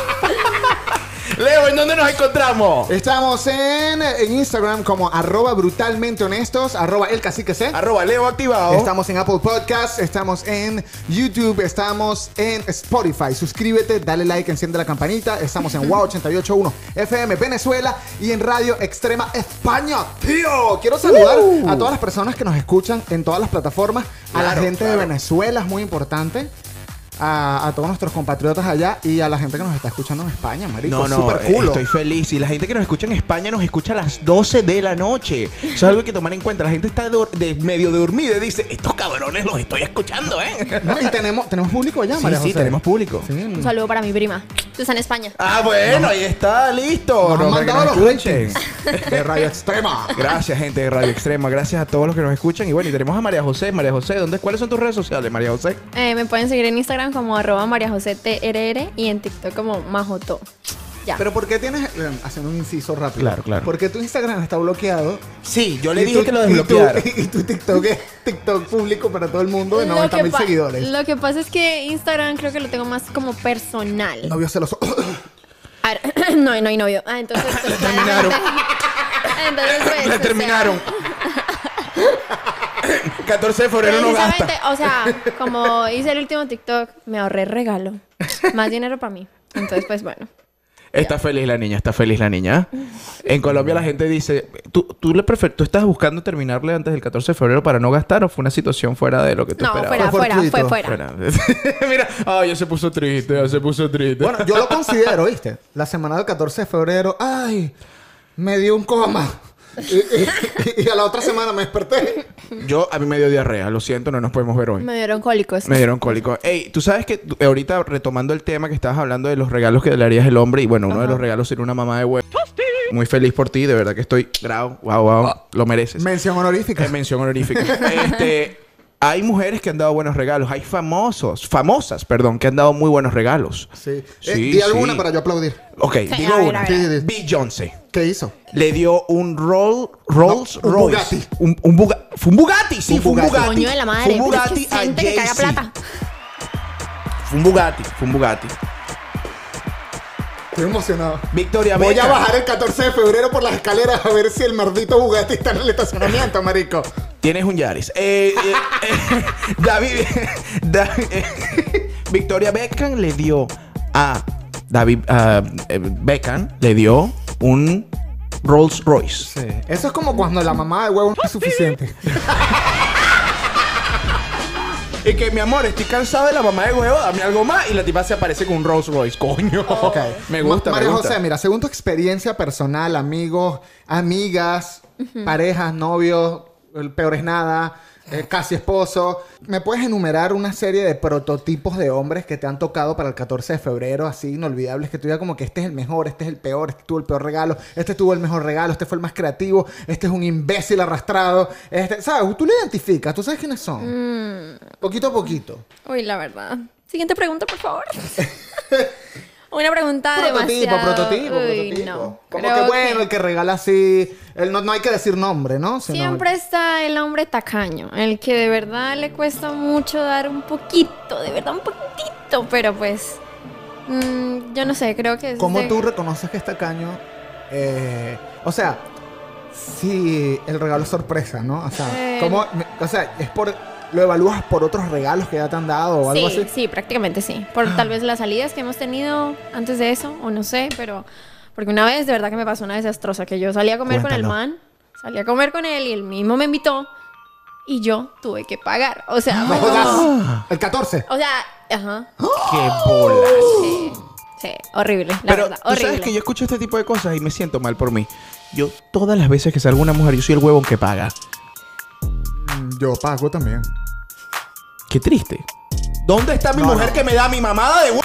[SPEAKER 5] Leo, ¿en dónde nos
[SPEAKER 3] Eh,
[SPEAKER 5] encontramos?
[SPEAKER 3] Estamos en, en Instagram como arroba brutalmente honestos, arroba el cacique C.
[SPEAKER 5] Arroba Leo activado.
[SPEAKER 3] Estamos en Apple Podcasts, estamos en YouTube, estamos en Spotify. Suscríbete, dale like, enciende la campanita. Estamos en Wow 881 FM Venezuela y en Radio Extrema España. Tío,
[SPEAKER 5] Uh.
[SPEAKER 3] quiero saludar a todas las personas que nos escuchan en todas las plataformas. a la
[SPEAKER 5] Claro,
[SPEAKER 3] gente de
[SPEAKER 5] claro.
[SPEAKER 3] Venezuela es muy importante. A, a todos nuestros compatriotas allá y a la gente que nos está escuchando en España, marico.
[SPEAKER 5] No, no,
[SPEAKER 3] super
[SPEAKER 5] eh,
[SPEAKER 3] culo.
[SPEAKER 5] estoy feliz. Y la gente que nos escucha en España nos escucha a las 12 de la noche. Eso es algo que tomar en cuenta. La gente está dur- de- medio dormida y dice, estos cabrones los estoy escuchando, ¿eh?
[SPEAKER 3] No, y tenemos, tenemos público allá, (laughs)
[SPEAKER 5] Sí,
[SPEAKER 3] María
[SPEAKER 5] sí,
[SPEAKER 3] José.
[SPEAKER 5] tenemos público.
[SPEAKER 2] Un saludo para mi prima, que está en España.
[SPEAKER 5] Ah, bueno, ahí está, listo.
[SPEAKER 3] Nos han
[SPEAKER 5] para que
[SPEAKER 3] mandado
[SPEAKER 5] nos
[SPEAKER 3] los
[SPEAKER 5] escuchen. (laughs)
[SPEAKER 3] de Radio Extrema.
[SPEAKER 5] Gracias, gente de Radio Extrema. Gracias a todos los que nos escuchan. Y bueno, y tenemos a María José. María José, ¿dónde, ¿cuáles son tus redes sociales, María José?
[SPEAKER 2] Eh, me pueden seguir en Instagram como arroba mariajosetrr y en TikTok como majoto. Ya.
[SPEAKER 3] Pero ¿por qué tienes, eh, haciendo un inciso rápido?
[SPEAKER 5] Claro, claro.
[SPEAKER 3] ¿Por qué tu Instagram está bloqueado?
[SPEAKER 5] Sí, yo
[SPEAKER 3] Y tu-
[SPEAKER 5] (laughs)
[SPEAKER 3] (laughs) Y tu, y tu TikTok es TikTok público para todo el mundo de
[SPEAKER 2] Lo
[SPEAKER 3] 90
[SPEAKER 2] que
[SPEAKER 3] mil
[SPEAKER 2] pa-
[SPEAKER 3] seguidores.
[SPEAKER 2] Lo que pasa es que Instagram creo que lo tengo más como personal.
[SPEAKER 3] Novio celoso.
[SPEAKER 2] A ver, Ah, (clears throat) no, no hay novio. Ah, entonces. pues,
[SPEAKER 5] (laughs) terminaron.
[SPEAKER 2] Entonces, pues, o
[SPEAKER 5] La
[SPEAKER 2] sea, (laughs)
[SPEAKER 5] (laughs) terminaron. 14 de febrero no
[SPEAKER 2] precisamente,
[SPEAKER 5] gasta.
[SPEAKER 2] o sea, como hice el último TikTok, me ahorré regalo. Más dinero para mí. Entonces, pues bueno.
[SPEAKER 5] Está feliz la niña, está feliz la niña. En Colombia la gente dice, ¿tú, tú, le prefer- ¿tú estás buscando terminarle antes del 14 de febrero para no gastar o fue una situación fuera de lo que tú
[SPEAKER 2] No, fuera,
[SPEAKER 5] esperabas?
[SPEAKER 3] Fue
[SPEAKER 2] fuera, fue
[SPEAKER 3] fortuito.
[SPEAKER 2] fuera.
[SPEAKER 5] Fuera. (laughs) Mira, ay, ya se puso triste, ya se puso
[SPEAKER 3] (coughs)
[SPEAKER 5] triste.
[SPEAKER 3] bueno, yo lo considero, ¿viste? La semana del 14 de febrero, ¡ay! Me dio un coma. Y, y- y a la otra semana me desperté.
[SPEAKER 5] yo a mí me dio diarrea, lo siento, no nos podemos ver hoy.
[SPEAKER 2] Me dieron cólicos.
[SPEAKER 5] Me dieron cólico. Ey, tú sabes que tú- ahorita retomando el tema que estabas hablando de los regalos que le harías el hombre, y bueno, uno de los regalos sería una mamá de huevo. Muy feliz por ti, de verdad que estoy bravo, wow, wow,
[SPEAKER 3] Ah,
[SPEAKER 5] lo mereces.
[SPEAKER 3] Mención honorífica.
[SPEAKER 5] Es mención honorífica. este, hay mujeres que han dado buenos regalos, hay famosos, famosas, perdón, que han dado muy buenos regalos.
[SPEAKER 3] sí. Eh,
[SPEAKER 5] Sí,
[SPEAKER 3] di alguna
[SPEAKER 5] sí.
[SPEAKER 3] para yo aplaudir.
[SPEAKER 5] Ok, digo
[SPEAKER 2] a ver,
[SPEAKER 5] una.
[SPEAKER 2] a
[SPEAKER 3] ver.
[SPEAKER 5] Beyoncé
[SPEAKER 3] ¿Qué hizo?
[SPEAKER 5] le dio un Roll, Rolls
[SPEAKER 3] No, un
[SPEAKER 5] Royce.
[SPEAKER 3] Bugatti.
[SPEAKER 5] Un, un Buga- Fue un Bugatti, sí,
[SPEAKER 3] Un
[SPEAKER 5] fue un
[SPEAKER 3] Bugatti.
[SPEAKER 5] Bugatti.
[SPEAKER 2] Coño de la madre.
[SPEAKER 5] Fue un
[SPEAKER 2] pero es que
[SPEAKER 5] Bugatti a
[SPEAKER 2] gente que caga
[SPEAKER 5] Jay-Z.
[SPEAKER 2] plata.
[SPEAKER 5] Fue un Bugatti, fue un Bugatti.
[SPEAKER 3] Estoy emocionado.
[SPEAKER 5] Victoria
[SPEAKER 3] Voy
[SPEAKER 5] Beckham.
[SPEAKER 3] a bajar el 14 de febrero por las escaleras a ver si el maldito Bugatti está en el estacionamiento, marico.
[SPEAKER 5] Tienes un Yaris. Eh, eh, eh, (laughs) David. David- eh, Victoria Beckham le dio a David a, eh, Beckham le dio un Rolls Royce.
[SPEAKER 3] Eso es como cuando la mamá de huevo no es suficiente.
[SPEAKER 5] Y que mi amor, estoy cansado de la mamá de huevo, dame algo más. Y la tipa se aparece con un Rolls Royce, coño.
[SPEAKER 3] Ok.
[SPEAKER 5] Me gusta,
[SPEAKER 3] Ma-
[SPEAKER 5] me
[SPEAKER 3] María
[SPEAKER 5] gusta.
[SPEAKER 3] José, mira, según tu experiencia personal, amigos, amigas, parejas, novios, el peor es nada, eh, casi esposo, ¿me puedes enumerar una serie de prototipos de hombres que te han tocado para el 14 de febrero, así inolvidables, que tú digas como que este es el mejor, este es el peor, este tuvo el peor regalo, este tuvo el mejor regalo, este fue el más creativo, este es un imbécil arrastrado, este, ¿sabes? Tú lo identificas, tú sabes quiénes son. Poquito a poquito.
[SPEAKER 2] Uy, la verdad. Siguiente pregunta, por
[SPEAKER 5] (laughs)
[SPEAKER 2] favor. Una pregunta
[SPEAKER 3] Prototipo,
[SPEAKER 2] Ah, demasiado...
[SPEAKER 3] prototipo,
[SPEAKER 2] Uy,
[SPEAKER 3] prototipo.
[SPEAKER 2] no.
[SPEAKER 3] Como
[SPEAKER 2] Creo
[SPEAKER 3] que bueno, el que regala así. El no, no hay que decir nombre, Este ¿no? Sino-
[SPEAKER 2] Siempre está el hombre tacaño, el que de verdad le cuesta mucho dar un poquito, de verdad un poquitito, pero pues mm, yo no sé, creo que es
[SPEAKER 3] ¿Cómo
[SPEAKER 2] de-
[SPEAKER 3] tú reconoces que es tacaño? Eh, o sea, si el regalo es sorpresa, ¿no? O sea,
[SPEAKER 2] Eh,
[SPEAKER 3] ¿cómo- me- o sea, es por. ¿Lo evalúas por otros regalos que ya te han dado o algo
[SPEAKER 2] sí,
[SPEAKER 3] así? Ah.
[SPEAKER 2] sí, prácticamente sí. Por tal vez las salidas que hemos tenido antes de eso, o no sé, pero. Porque una vez, de verdad que me pasó una desastrosa, que yo salí a comer
[SPEAKER 5] Cuéntalo.
[SPEAKER 2] con el man, salí a comer con él y él mismo me invitó y yo tuve que pagar. O sea,
[SPEAKER 3] No Ah.
[SPEAKER 2] fue como-
[SPEAKER 3] jodas. El 14.
[SPEAKER 2] o sea, ajá.
[SPEAKER 5] ¡Qué bolas!
[SPEAKER 2] sí. Sí, horrible, la
[SPEAKER 5] Pero
[SPEAKER 2] verdad,
[SPEAKER 5] tú
[SPEAKER 2] horrible.
[SPEAKER 5] sabes que yo escucho este tipo de cosas y me siento mal por mí. Yo todas las veces que salgo una mujer, yo soy el huevón que paga.
[SPEAKER 3] Mm, Yo pago también.
[SPEAKER 5] Qué triste. ¿Dónde está mi mujer que me da mi mamada de huevo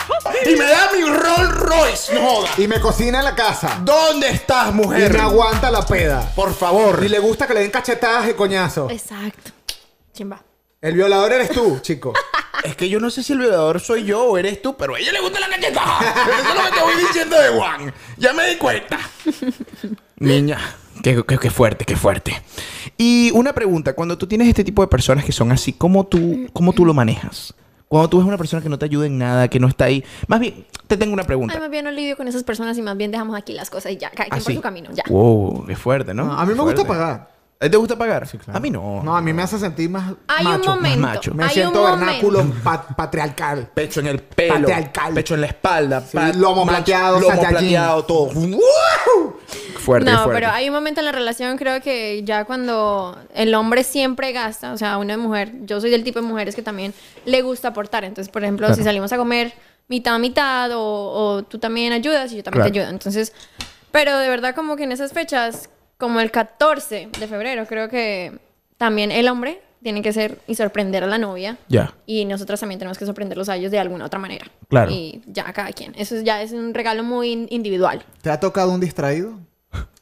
[SPEAKER 5] y me da mi Rolls Royce? No joda.
[SPEAKER 3] Y me cocina en la casa.
[SPEAKER 5] ¿Dónde
[SPEAKER 3] Y
[SPEAKER 5] estás,
[SPEAKER 3] me
[SPEAKER 5] mujer?
[SPEAKER 3] aguanta la peda.
[SPEAKER 5] Por favor.
[SPEAKER 3] Y le gusta que le den cachetadas y coñazos.
[SPEAKER 2] Exacto. Chimba.
[SPEAKER 3] El violador eres tú, chico. (laughs)
[SPEAKER 5] Es que yo no sé si el violador soy yo o eres tú, pero a ella le gusta la cachetada. Eso es lo que te voy diciendo de Juan. Ya me di cuenta. Niña, qué, qué- qué fuerte, qué fuerte. Y una pregunta, cuando tú tienes este tipo de personas que son así, ¿cómo tú, cómo tú lo manejas? Cuando tú ves una persona que no te ayuda en nada, que no está ahí. Más bien, te tengo una
[SPEAKER 2] Ay,
[SPEAKER 5] pregunta.
[SPEAKER 2] más bien no lidio con esas personas y más bien dejamos aquí las cosas y ya, cada quien
[SPEAKER 3] Ah,
[SPEAKER 2] por
[SPEAKER 5] Así.
[SPEAKER 2] su camino, ya.
[SPEAKER 5] Wow, qué fuerte, ¿no?
[SPEAKER 3] No, a mí me
[SPEAKER 5] Fuerte.
[SPEAKER 3] gusta pagar.
[SPEAKER 5] ¿A ti te gusta pagar? A mí no.
[SPEAKER 3] No, a mí me hace sentir más
[SPEAKER 2] Hay
[SPEAKER 3] macho.
[SPEAKER 2] un momento,
[SPEAKER 5] macho.
[SPEAKER 3] Me
[SPEAKER 2] Ah, hay
[SPEAKER 3] siento
[SPEAKER 2] un
[SPEAKER 3] vernáculo
[SPEAKER 2] momento.
[SPEAKER 3] pa- patriarcal.
[SPEAKER 5] Pecho en el pelo,
[SPEAKER 3] Patriarcal.
[SPEAKER 5] pecho en la espalda, pat-
[SPEAKER 3] lomo plateado,
[SPEAKER 5] lomo
[SPEAKER 3] Saiyajin.
[SPEAKER 5] plateado, todo. ¡Wow! Fuerte,
[SPEAKER 2] no,
[SPEAKER 5] fuerte.
[SPEAKER 2] pero hay un momento en la relación, creo que ya cuando el hombre siempre gasta, o sea, una mujer, yo soy del tipo de mujeres que también le gusta aportar. Entonces, por ejemplo, si salimos a comer mitad a mitad, o, o tú también ayudas y yo también te
[SPEAKER 5] Claro.
[SPEAKER 2] ayudo. Entonces, pero de verdad, como que en esas fechas, como el 14 de febrero, creo que también el hombre tiene que ser y sorprender a la novia.
[SPEAKER 5] Ya.
[SPEAKER 2] Y nosotras también tenemos que sorprenderlos a ellos de alguna otra manera.
[SPEAKER 5] Claro.
[SPEAKER 2] Y ya cada quien. Eso es- ya es un regalo muy in- individual.
[SPEAKER 3] ¿Te ha tocado un distraído?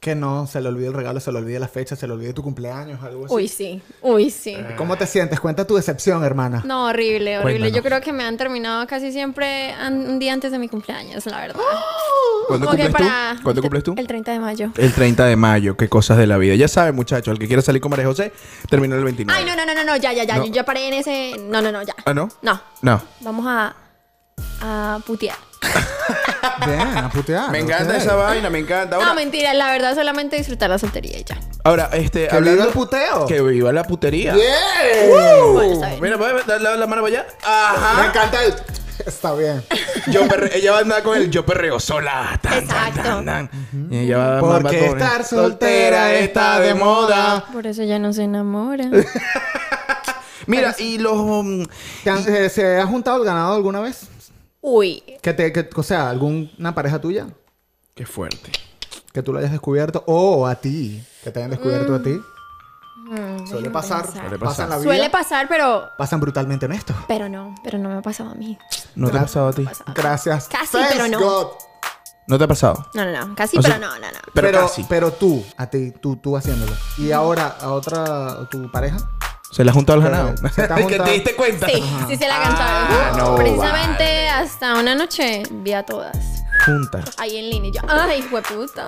[SPEAKER 3] Que no, se le olvide el regalo, se le olvide la fecha, se le olvide tu cumpleaños, algo así. Eh,
[SPEAKER 2] Uy, sí. Uy, sí.
[SPEAKER 3] ¿Cómo te sientes? Cuenta tu decepción, hermana.
[SPEAKER 2] No, horrible, horrible.
[SPEAKER 5] Cuéntanos.
[SPEAKER 2] Yo creo que me han terminado casi siempre an- un día antes de mi cumpleaños, la verdad.
[SPEAKER 5] (gasps) ¿Cuándo
[SPEAKER 2] Como que
[SPEAKER 5] cumples tú?
[SPEAKER 2] para-
[SPEAKER 5] ¿Cuándo cumples tú?
[SPEAKER 2] El 30 de mayo.
[SPEAKER 5] El 30 de mayo, qué cosas de la vida. Ya saben, muchachos, el que quiera salir con María José, terminó el 29.
[SPEAKER 2] Ay, no, no, no, no, no, ya, ya, ya.
[SPEAKER 5] No.
[SPEAKER 2] Yo ya paré en ese. No, no, no, ya.
[SPEAKER 5] ¿Ah, no?
[SPEAKER 2] No.
[SPEAKER 5] No.
[SPEAKER 2] Vamos a. a putear.
[SPEAKER 3] Bien, a putear.
[SPEAKER 5] Me encanta
[SPEAKER 3] Ah, ok.
[SPEAKER 5] esa vaina, me encanta. Ahora,
[SPEAKER 2] No, mentira, la verdad, solamente disfrutar la soltería y ya.
[SPEAKER 5] ahora este,
[SPEAKER 3] Que viva el puteo.
[SPEAKER 5] Que viva la putería.
[SPEAKER 2] Bueno, está bien.
[SPEAKER 5] Mira, ¿puedes dar la, la mano para allá?
[SPEAKER 3] Me
[SPEAKER 5] Ajá.
[SPEAKER 3] encanta el... Está bien.
[SPEAKER 5] Yo perre- ella va a andar con el yo perreo sola. Tan, tan,
[SPEAKER 2] Exacto.
[SPEAKER 5] tan, tan. Y ella va a mamar
[SPEAKER 3] Porque
[SPEAKER 5] con el-
[SPEAKER 3] estar soltera está de moda.
[SPEAKER 2] Por eso ya no se enamora.
[SPEAKER 5] (laughs) Mira, y los. um,
[SPEAKER 3] ¿Te han- eh, ¿Se ha juntado el ganado alguna vez?
[SPEAKER 2] Uy,
[SPEAKER 3] Que te, que- o sea, alguna pareja tuya
[SPEAKER 5] Qué fuerte.
[SPEAKER 3] que tú lo hayas descubierto o a ti, que te hayan descubierto a ti.
[SPEAKER 2] Mm.
[SPEAKER 3] Suele pasar,
[SPEAKER 5] Suele pasar.
[SPEAKER 3] pasan la vida,
[SPEAKER 2] suele pasar, pero.
[SPEAKER 3] pasan brutalmente honestos.
[SPEAKER 2] Pero no, pero no me ha pasado a mí.
[SPEAKER 5] ¿No te ha pasado a ti?
[SPEAKER 3] Gracias.
[SPEAKER 2] Ah, Casi,
[SPEAKER 3] Thanks
[SPEAKER 2] pero no.
[SPEAKER 3] God.
[SPEAKER 5] ¿No te ha pasado?
[SPEAKER 2] No, no, no. Casi,
[SPEAKER 5] O sea-
[SPEAKER 2] pero no, no,
[SPEAKER 5] (laughs)
[SPEAKER 2] no.
[SPEAKER 5] Pero,
[SPEAKER 3] Pero,
[SPEAKER 5] casi.
[SPEAKER 3] pero tú, a ti, tú, tú haciéndolo. Y ahora a otra, a tu pareja. eh,
[SPEAKER 5] Se la ha juntado al ganado.
[SPEAKER 3] se
[SPEAKER 5] (laughs)
[SPEAKER 3] te ha
[SPEAKER 5] que
[SPEAKER 3] juntado.
[SPEAKER 5] te diste cuenta.
[SPEAKER 2] Sí, sí se la cantaron.
[SPEAKER 5] Ah, no,
[SPEAKER 2] Precisamente hasta una noche vi a todas.
[SPEAKER 5] Junta.
[SPEAKER 2] Ahí en línea. y Yo, ay, (laughs) hueputa.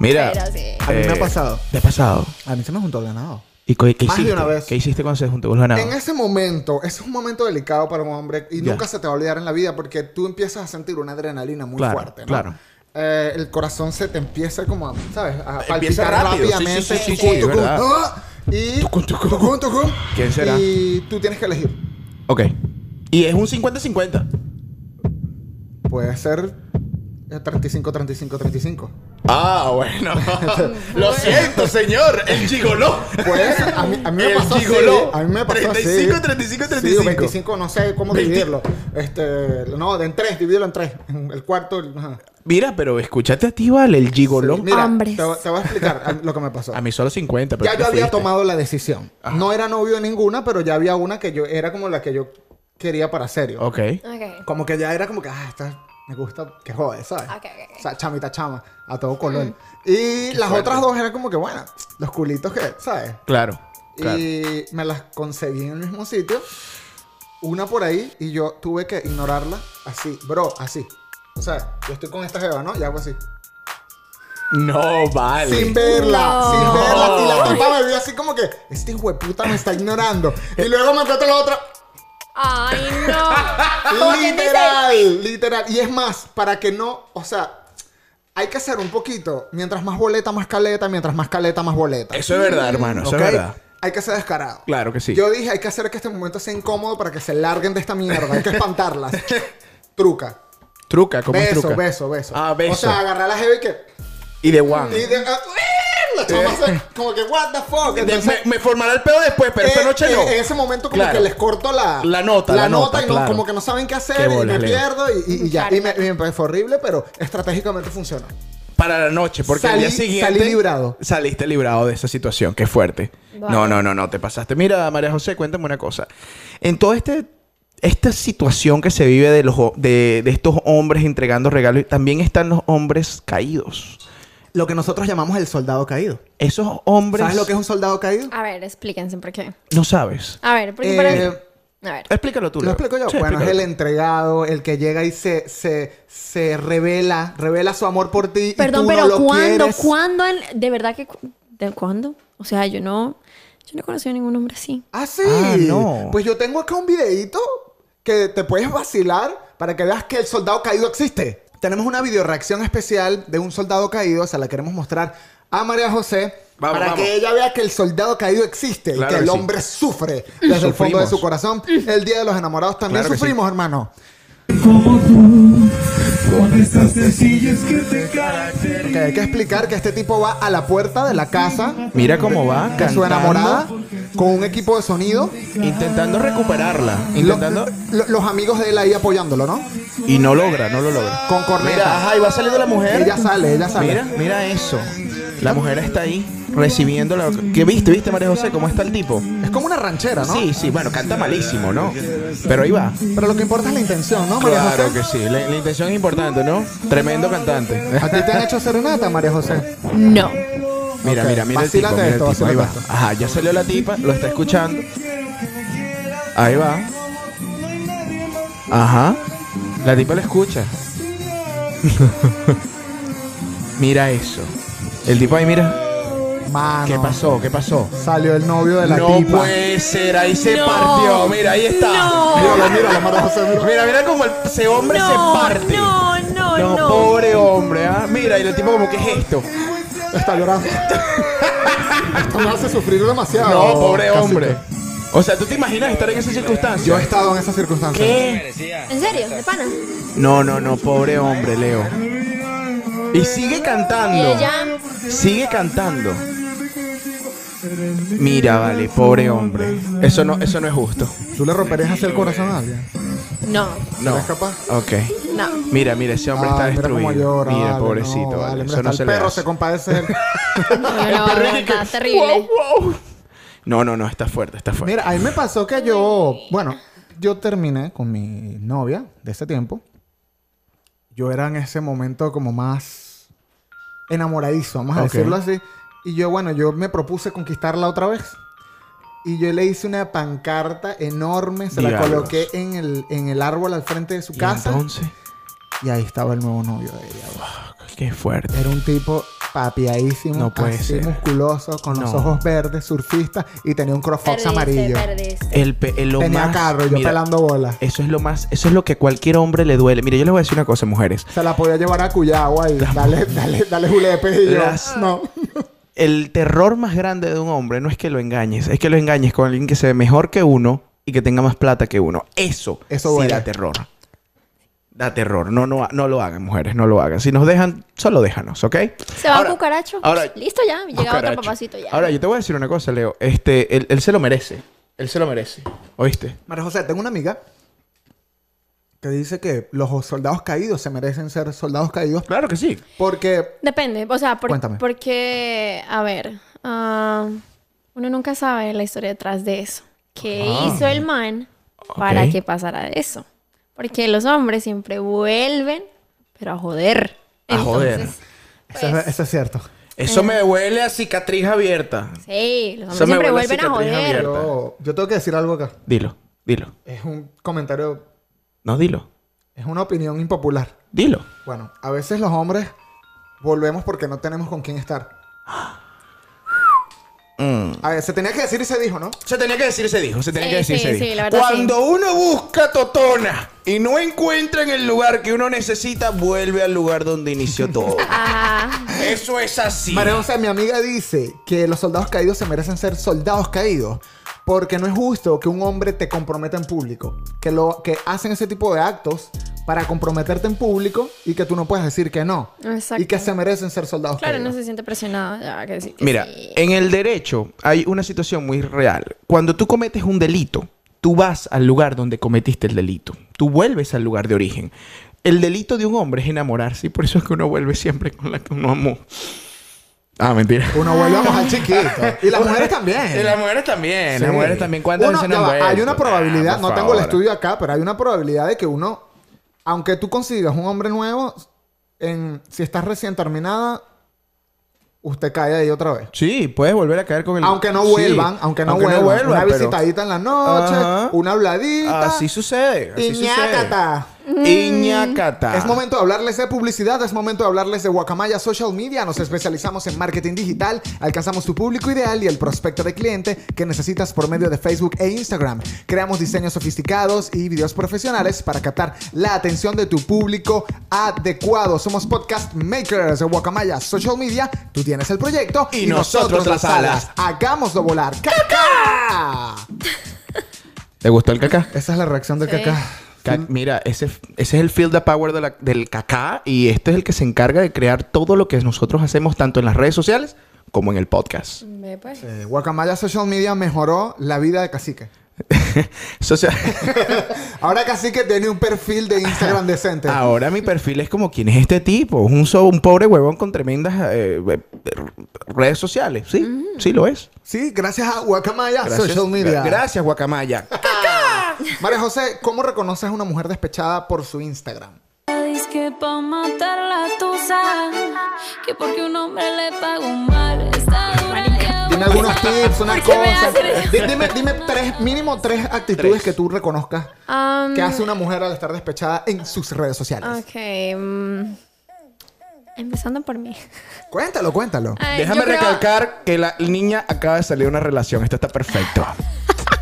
[SPEAKER 5] Mira.
[SPEAKER 2] Pero sí.
[SPEAKER 3] A mí me
[SPEAKER 5] Eh,
[SPEAKER 3] ha pasado.
[SPEAKER 5] ¿Te ha pasado?
[SPEAKER 3] A mí se me juntó el ganado.
[SPEAKER 5] ¿Y co- qué,
[SPEAKER 3] Más de
[SPEAKER 5] hiciste?
[SPEAKER 3] una vez.
[SPEAKER 5] ¿Qué hiciste cuando se juntó con los
[SPEAKER 3] En
[SPEAKER 5] ganados?
[SPEAKER 3] ese momento, ese es un momento delicado para un hombre y
[SPEAKER 5] Ya.
[SPEAKER 3] nunca se te va a olvidar en la vida porque tú empiezas a sentir una adrenalina muy
[SPEAKER 5] Claro,
[SPEAKER 3] fuerte, ¿no?
[SPEAKER 5] claro.
[SPEAKER 3] Eh, el corazón se te empieza como, a, ¿sabes? A
[SPEAKER 5] Empieza
[SPEAKER 3] palpitar
[SPEAKER 5] rápido, sí,
[SPEAKER 3] rápidamente.
[SPEAKER 5] sí, sí, sí,
[SPEAKER 3] tucum,
[SPEAKER 5] sí, es
[SPEAKER 3] tucum,
[SPEAKER 5] verdad.
[SPEAKER 3] ¡ah! Y
[SPEAKER 5] Tucum, tucum.
[SPEAKER 3] tucum, tucum.
[SPEAKER 5] ¿Quién será?
[SPEAKER 3] Y tú tienes que elegir.
[SPEAKER 5] Ok. Y es un 50-50.
[SPEAKER 3] Puede ser eh, 35, 35, 35.
[SPEAKER 5] Ah,
[SPEAKER 3] (laughs)
[SPEAKER 5] bueno. Lo siento, señor. El gigoló.
[SPEAKER 3] Pues (laughs) a mí, a mí me
[SPEAKER 5] El
[SPEAKER 3] pasó así.
[SPEAKER 5] gigoló.
[SPEAKER 3] A mí me pasó
[SPEAKER 5] 35,
[SPEAKER 3] así.
[SPEAKER 5] 35,
[SPEAKER 3] Sí, o
[SPEAKER 5] 35.
[SPEAKER 3] 25, no sé cómo
[SPEAKER 5] 20.
[SPEAKER 3] dividirlo. Este, no, en tres, divídelo en tres. En El cuarto, ajá.
[SPEAKER 5] Mira, pero escúchate a ti, vale. El gigoló.
[SPEAKER 3] Sí, mira,
[SPEAKER 2] Hambres.
[SPEAKER 3] Te, te voy a explicar a- lo que me pasó.
[SPEAKER 5] (laughs) A mí solo 50. Pero
[SPEAKER 3] ya
[SPEAKER 5] tú
[SPEAKER 3] yo
[SPEAKER 5] te
[SPEAKER 3] había
[SPEAKER 5] fuiste.
[SPEAKER 3] tomado la decisión. No era novio de ninguna, pero ya había una que yo era como la que yo quería para serio.
[SPEAKER 5] Ok.
[SPEAKER 2] Ok.
[SPEAKER 3] Como que ya era como que, ah, esta me gusta, que jode, ¿sabes?
[SPEAKER 2] Ok, ok, Mm. ok.
[SPEAKER 3] O sea, chamita chama, a todo color. Y las otras dos eran como que, bueno, los culitos que, ¿sabes?
[SPEAKER 5] Claro. claro.
[SPEAKER 3] Y me las conseguí en el mismo sitio. Una por ahí y yo tuve que ignorarla así, bro, así. O sea, yo estoy con esta jeva, ¿no? Y hago así.
[SPEAKER 5] No, vale.
[SPEAKER 3] Sin verla,
[SPEAKER 2] No.
[SPEAKER 3] sin verla. Y la tipa me vio así como que, este hueputa me está ignorando. Y luego me encuentro la otra.
[SPEAKER 2] Ay, no. ¿Por qué me
[SPEAKER 3] Literal, literal. Y es más, para que no, o sea, hay que hacer un poquito. Mientras más boleta, más caleta. Mientras más caleta, más boleta.
[SPEAKER 5] Eso es verdad, hermano. Eso
[SPEAKER 3] ¿Ok?
[SPEAKER 5] es verdad.
[SPEAKER 3] Hay que ser descarado.
[SPEAKER 5] Claro que sí.
[SPEAKER 3] Yo dije, hay que hacer que este momento sea incómodo para que se larguen de esta mierda. Hay que
[SPEAKER 5] (laughs)
[SPEAKER 3] espantarlas. Truca.
[SPEAKER 5] Truca, ¿cómo es
[SPEAKER 3] Beso,
[SPEAKER 5] truca?
[SPEAKER 3] beso, beso.
[SPEAKER 5] Ah, beso.
[SPEAKER 3] O sea, agarrar a la jeva y que...
[SPEAKER 5] Y de Juan.
[SPEAKER 3] Y de- ah, ¡eh! La chama se- como que, what the fuck.
[SPEAKER 5] De-
[SPEAKER 3] Entonces,
[SPEAKER 5] me, me formará el pedo después, pero esta
[SPEAKER 3] eh,
[SPEAKER 5] noche
[SPEAKER 3] eh,
[SPEAKER 5] no.
[SPEAKER 3] En ese momento como
[SPEAKER 5] Claro.
[SPEAKER 3] que les corto la,
[SPEAKER 5] La nota, la nota,
[SPEAKER 3] y no-
[SPEAKER 5] claro.
[SPEAKER 3] como que no saben qué hacer
[SPEAKER 5] Qué
[SPEAKER 3] y
[SPEAKER 5] bolas,
[SPEAKER 3] me
[SPEAKER 5] Leo.
[SPEAKER 3] pierdo y, y- y ya.
[SPEAKER 2] Claro.
[SPEAKER 3] Y me, y me fue horrible, pero estratégicamente funcionó.
[SPEAKER 5] Para la noche, porque al
[SPEAKER 3] Salí-
[SPEAKER 5] día siguiente.
[SPEAKER 3] salí librado.
[SPEAKER 5] Saliste librado de esa situación, qué fuerte.
[SPEAKER 2] Vale.
[SPEAKER 5] No, no, no, no, te pasaste. Mira, María José, cuéntame una cosa. En toda este, esta situación que se vive de, los, ho- de, de estos hombres entregando regalos, también están los hombres caídos.
[SPEAKER 3] Lo que nosotros llamamos el soldado caído.
[SPEAKER 5] Esos hombres.
[SPEAKER 3] ¿Sabes lo que es un soldado caído?
[SPEAKER 2] (laughs) A ver, explíquense por qué.
[SPEAKER 5] No sabes.
[SPEAKER 2] A ver, porque
[SPEAKER 3] Eh,
[SPEAKER 2] para... A ver.
[SPEAKER 5] Explícalo tú.
[SPEAKER 3] ¿Lo
[SPEAKER 5] Leo.
[SPEAKER 3] explico yo?
[SPEAKER 5] Sí,
[SPEAKER 3] bueno, es el
[SPEAKER 5] explícalo.
[SPEAKER 3] entregado, el que llega y se, se, se revela, revela su amor por ti. y
[SPEAKER 2] Perdón,
[SPEAKER 3] tú
[SPEAKER 2] pero
[SPEAKER 3] no lo
[SPEAKER 2] ¿cuándo?
[SPEAKER 3] quieres.
[SPEAKER 2] ¿Cuándo? en- de verdad que... cu- ¿De cuándo? O sea, yo no... Yo no he conocido a ningún hombre así.
[SPEAKER 3] Ah, sí.
[SPEAKER 5] Ah, no.
[SPEAKER 3] Pues yo tengo acá un videíto que te puedes vacilar para que veas que el soldado caído existe. Tenemos una videoreacción especial de un soldado caído, se la queremos mostrar a María José.
[SPEAKER 5] Vamos,
[SPEAKER 3] para
[SPEAKER 5] vamos.
[SPEAKER 3] que ella vea que el soldado caído existe
[SPEAKER 5] Claro
[SPEAKER 3] y que el
[SPEAKER 5] que sí.
[SPEAKER 3] hombre sufre desde el fondo de
[SPEAKER 5] Sufrimos.
[SPEAKER 3] su corazón. El Día de los Enamorados también
[SPEAKER 5] Claro que sí.
[SPEAKER 3] sufrimos, hermano.
[SPEAKER 7] como tú, con esas sencillas que te
[SPEAKER 3] Que hay que
[SPEAKER 7] caracterizan.
[SPEAKER 3] explicar que este tipo va a la puerta de la casa
[SPEAKER 5] Mira cómo va.
[SPEAKER 3] de su
[SPEAKER 5] cantando,
[SPEAKER 3] enamorada con un equipo de sonido.
[SPEAKER 5] Intentando recuperarla.
[SPEAKER 3] Lo-
[SPEAKER 5] Intentando.
[SPEAKER 3] lo- los amigos de él ahí apoyándolo, ¿no?
[SPEAKER 5] Y no logra, no lo logra.
[SPEAKER 3] Con corneta.
[SPEAKER 5] Mira, ajá, y va saliendo la mujer.
[SPEAKER 3] Ella sale, ella sale.
[SPEAKER 5] Mira, mira eso. La mujer está ahí recibiendo la. ¿Qué viste? ¿Viste, María José? ¿Cómo está el tipo?
[SPEAKER 3] Es como una ranchera, ¿no?
[SPEAKER 5] Sí, sí, bueno, canta malísimo, ¿no? Pero ahí va.
[SPEAKER 3] Pero lo que importa es la intención, ¿no, María
[SPEAKER 5] Claro
[SPEAKER 3] José?
[SPEAKER 5] que sí. La, la intención es importante, ¿no? Tremendo cantante.
[SPEAKER 3] ¿A ti te han hecho serenata, María José?
[SPEAKER 2] No.
[SPEAKER 5] Mira,
[SPEAKER 3] Ok,
[SPEAKER 5] mira, mira el tipo,
[SPEAKER 3] vacílate
[SPEAKER 5] mira el
[SPEAKER 3] esto,
[SPEAKER 5] tipo. Ahí va.
[SPEAKER 3] vacílate esto.
[SPEAKER 5] Ajá, ya salió la tipa, lo está escuchando. Ahí va. Ajá. La tipa
[SPEAKER 3] (laughs)
[SPEAKER 5] lo escucha. mira eso. El tipo ahí, mira.
[SPEAKER 3] Mano.
[SPEAKER 5] ¿Qué pasó? ¿Qué pasó?
[SPEAKER 3] Salió el novio de Ah, la
[SPEAKER 5] no
[SPEAKER 3] tipa.
[SPEAKER 5] puede ser, ahí se
[SPEAKER 2] No.
[SPEAKER 5] partió. Mira, ahí está.
[SPEAKER 2] No.
[SPEAKER 5] Míralo, míralo, María José, míralo. Mira, mira cómo el- ese hombre se parte.
[SPEAKER 2] no, no,
[SPEAKER 5] No,
[SPEAKER 2] no,
[SPEAKER 5] pobre hombre, ¿ah? Mira, y el tipo como, ¿qué es esto?
[SPEAKER 3] Está llorando. Esto me hace sufrir demasiado.
[SPEAKER 5] No, pobre
[SPEAKER 3] Cacique.
[SPEAKER 5] hombre. O sea, ¿tú te imaginas estar en esa circunstancia?
[SPEAKER 3] Yo he estado en esas circunstancias.
[SPEAKER 5] ¿Qué?
[SPEAKER 2] ¿En serio? ¿De pana? Y
[SPEAKER 5] No, no, no, pobre hombre, Leo. Y sigue cantando.
[SPEAKER 2] ella...
[SPEAKER 5] Sigue cantando. Mira, vale, pobre hombre. Eso no, eso no es justo.
[SPEAKER 3] ¿Tú le romperías así el corazón a alguien?
[SPEAKER 2] No,
[SPEAKER 3] (laughs)
[SPEAKER 5] No.
[SPEAKER 3] ¿Eres capaz?
[SPEAKER 5] Ok.
[SPEAKER 2] no.
[SPEAKER 5] Mira, mira, ese hombre está
[SPEAKER 3] Ay, Ah, mira cómo
[SPEAKER 5] destruido.
[SPEAKER 3] llora,
[SPEAKER 5] Mira,
[SPEAKER 3] vale, no,
[SPEAKER 5] pobrecito, vale.
[SPEAKER 3] mira,
[SPEAKER 5] Eso no
[SPEAKER 3] hasta
[SPEAKER 5] se
[SPEAKER 3] el
[SPEAKER 5] le
[SPEAKER 3] perro
[SPEAKER 5] hace.
[SPEAKER 3] se compadece.
[SPEAKER 2] No, no, no, está terrible.
[SPEAKER 5] No, no, no, está fuerte, está fuerte.
[SPEAKER 3] Mira, a mí me pasó que yo, bueno, yo terminé con mi novia de ese tiempo. Yo era en ese momento como más enamoradizo, vamos a
[SPEAKER 5] Ok.
[SPEAKER 3] decirlo así. Y yo, bueno, yo me propuse conquistarla otra vez. Y yo le hice una pancarta enorme, se la
[SPEAKER 5] Diablos.
[SPEAKER 3] coloqué en el, en el árbol al frente de su
[SPEAKER 5] ¿Y
[SPEAKER 3] casa.
[SPEAKER 5] entonces,
[SPEAKER 3] Y ahí estaba el nuevo novio de ella. güey.
[SPEAKER 5] qué fuerte.
[SPEAKER 3] Era un tipo papiadísimo,
[SPEAKER 5] No puede
[SPEAKER 3] así
[SPEAKER 5] ser.
[SPEAKER 3] musculoso, con los
[SPEAKER 5] No.
[SPEAKER 3] ojos verdes, surfista y tenía un crossfox amarillo.
[SPEAKER 5] El, pe- el lo
[SPEAKER 3] Tenía
[SPEAKER 5] más-
[SPEAKER 3] carro, yo
[SPEAKER 5] mira,
[SPEAKER 3] pelando bolas.
[SPEAKER 5] Eso es lo más, eso es lo que a cualquier hombre le duele. Mire, yo les voy a decir una cosa, mujeres.
[SPEAKER 3] Se la podía llevar a Cuyagua y dale, dale, dale julepes y yo,
[SPEAKER 5] Las-
[SPEAKER 3] no.
[SPEAKER 5] El terror más grande de un hombre no es que lo engañes, es que lo engañes con alguien que se ve mejor que uno y que tenga más plata que uno. Eso,
[SPEAKER 3] Eso
[SPEAKER 5] sí
[SPEAKER 3] duele.
[SPEAKER 5] da terror. Da terror. No, no, no lo hagan, mujeres, no lo hagan. Si nos dejan, solo déjanos, ¿ok?
[SPEAKER 2] Se va
[SPEAKER 5] Ahora-
[SPEAKER 2] un cucaracho.
[SPEAKER 5] ahora-
[SPEAKER 2] Listo ya, llega
[SPEAKER 5] Cucaracho.
[SPEAKER 2] otro papacito ya.
[SPEAKER 5] Ahora, yo te voy a decir una cosa, Leo. Este, él, él se lo merece. Él se lo merece. ¿Oíste?
[SPEAKER 3] María José, tengo una amiga que dice que los soldados caídos se merecen ser soldados caídos
[SPEAKER 5] Claro que sí.
[SPEAKER 3] porque
[SPEAKER 2] Depende, o sea, por-
[SPEAKER 3] Cuéntame.
[SPEAKER 2] porque, a ver, ah, uno nunca sabe la historia detrás de eso. ¿Qué hizo el man para
[SPEAKER 5] Ah. Ok.
[SPEAKER 2] que pasara eso? Porque los hombres siempre vuelven, pero a joder.
[SPEAKER 5] A Ah, joder.
[SPEAKER 3] eso, es, eso es cierto.
[SPEAKER 2] eh.
[SPEAKER 5] Eso me huele a cicatriz abierta.
[SPEAKER 2] Sí, los hombres
[SPEAKER 5] Eso me
[SPEAKER 2] siempre
[SPEAKER 5] huele a
[SPEAKER 2] vuelven a
[SPEAKER 5] cicatriz
[SPEAKER 2] joder.
[SPEAKER 5] abierta.
[SPEAKER 3] Yo, yo tengo que decir algo acá.
[SPEAKER 5] Dilo, dilo.
[SPEAKER 3] Es un comentario,
[SPEAKER 5] No, dilo.
[SPEAKER 3] es una opinión impopular.
[SPEAKER 5] Dilo.
[SPEAKER 3] Bueno, a veces los hombres volvemos porque no tenemos con quién estar.
[SPEAKER 5] Mm.
[SPEAKER 3] A ver, se tenía que decir y se dijo, ¿no?
[SPEAKER 5] Se tenía que decir ese dijo, se tenía
[SPEAKER 2] Sí,
[SPEAKER 5] que decir
[SPEAKER 2] sí,
[SPEAKER 5] ese
[SPEAKER 2] sí,
[SPEAKER 5] dijo.
[SPEAKER 2] la verdad,
[SPEAKER 5] Cuando uno busca Totona y no encuentra en el lugar que uno necesita, vuelve al lugar
[SPEAKER 2] (laughs)
[SPEAKER 5] donde inició todo.
[SPEAKER 2] Ah,
[SPEAKER 5] Eso es así.
[SPEAKER 3] María José, mi amiga dice que los soldados caídos se merecen ser soldados caídos. Porque no es justo que un hombre te comprometa en público. Que, lo, que hacen ese tipo de actos para comprometerte en público y que tú no puedas decir que no.
[SPEAKER 2] Exacto.
[SPEAKER 3] Y que se merecen ser soldados.
[SPEAKER 2] Claro, no
[SPEAKER 3] caídos.
[SPEAKER 2] se siente presionada. ya, que sí, que
[SPEAKER 5] Mira,
[SPEAKER 2] sí.
[SPEAKER 5] en el derecho hay una situación muy real. Cuando tú cometes un delito, tú vas al lugar donde cometiste el delito. Tú vuelves al lugar de origen. El delito de un hombre es enamorarse y por eso es que uno vuelve siempre con la que uno amó. Ah, mentira.
[SPEAKER 3] Uno vuelve a mojar
[SPEAKER 5] (laughs)
[SPEAKER 3] chiquito. Y las mujeres también.
[SPEAKER 5] Y las mujeres también. Las
[SPEAKER 3] Sí.
[SPEAKER 5] mujeres también. ¿Cuántas
[SPEAKER 3] Uno-
[SPEAKER 5] veces no
[SPEAKER 3] ya
[SPEAKER 5] han
[SPEAKER 3] va, Hay
[SPEAKER 5] vuelto?
[SPEAKER 3] una probabilidad,
[SPEAKER 5] Ah,
[SPEAKER 3] no
[SPEAKER 5] por
[SPEAKER 3] tengo el
[SPEAKER 5] favor.
[SPEAKER 3] estudio acá, pero hay una probabilidad de que uno, aunque tú consigas un hombre nuevo, en, si estás recién terminada, usted cae ahí otra vez.
[SPEAKER 5] Sí, puedes volver a caer con el...
[SPEAKER 3] Aunque no
[SPEAKER 5] Sí.
[SPEAKER 3] vuelvan, aunque no vuelvan. una
[SPEAKER 5] pero-
[SPEAKER 3] visitadita en la noche,
[SPEAKER 5] Ajá.
[SPEAKER 3] una habladita.
[SPEAKER 5] Así sucede. Así
[SPEAKER 3] y ñácata.
[SPEAKER 5] sucede. Iñácata.
[SPEAKER 3] Es momento de hablarles de publicidad, es momento de hablarles de Guacamaya Social Media. Nos especializamos en marketing digital, alcanzamos tu público ideal y el prospecto de cliente que necesitas por medio de Facebook e Instagram. Creamos diseños sofisticados y videos profesionales para captar la atención de tu público adecuado. Somos podcast makers de Guacamaya Social Media. Tú tienes el proyecto
[SPEAKER 5] Y nosotros las alas.
[SPEAKER 3] Hagámoslo volar. ¡Caca!
[SPEAKER 5] ¿Te gustó el caca?
[SPEAKER 3] Esa es la reacción del
[SPEAKER 2] Sí.
[SPEAKER 3] caca.
[SPEAKER 5] Ca- Mira, ese, f- ese es el field of power de la- del cacá y este es el que se encarga de crear todo lo que nosotros hacemos tanto en las redes sociales como en el podcast.
[SPEAKER 2] Ve, pues.
[SPEAKER 3] Eh, Guacamaya Social Media mejoró la vida de Cacique.
[SPEAKER 5] Social- (laughs)
[SPEAKER 3] Ahora Cacique tiene un perfil de Instagram
[SPEAKER 5] (laughs)
[SPEAKER 3] decente.
[SPEAKER 5] Ahora mi perfil es como quién es este tipo, un, so- un pobre huevón con tremendas eh, eh, redes sociales, sí,
[SPEAKER 2] Mm.
[SPEAKER 5] sí lo es.
[SPEAKER 3] Sí, gracias a Guacamaya
[SPEAKER 5] Gracias.
[SPEAKER 3] Social Media.
[SPEAKER 5] Gra- Gracias guacamaya.
[SPEAKER 3] María José, ¿cómo reconoces a una mujer despechada por su Instagram?
[SPEAKER 8] Dice que pa' matar la tusa, que porque un hombre le pagó mal, está dura y
[SPEAKER 3] Dime
[SPEAKER 8] abusa.
[SPEAKER 3] algunos
[SPEAKER 2] (laughs)
[SPEAKER 3] tips, unas
[SPEAKER 8] ¿Por qué me
[SPEAKER 3] cosas.
[SPEAKER 8] hacen eso?
[SPEAKER 3] Di- Dime, dime tres, mínimo tres actitudes
[SPEAKER 5] Tres.
[SPEAKER 3] que tú reconozcas
[SPEAKER 2] Am,
[SPEAKER 3] que hace una mujer al estar despechada en sus redes sociales.
[SPEAKER 2] Ah, Ok. mm, empezando por mí. (laughs)
[SPEAKER 3] Cuéntalo, cuéntalo.
[SPEAKER 2] Ay,
[SPEAKER 5] Déjame
[SPEAKER 2] yo creo-
[SPEAKER 5] recalcar que la niña acaba de salir de una relación, esto está perfecto.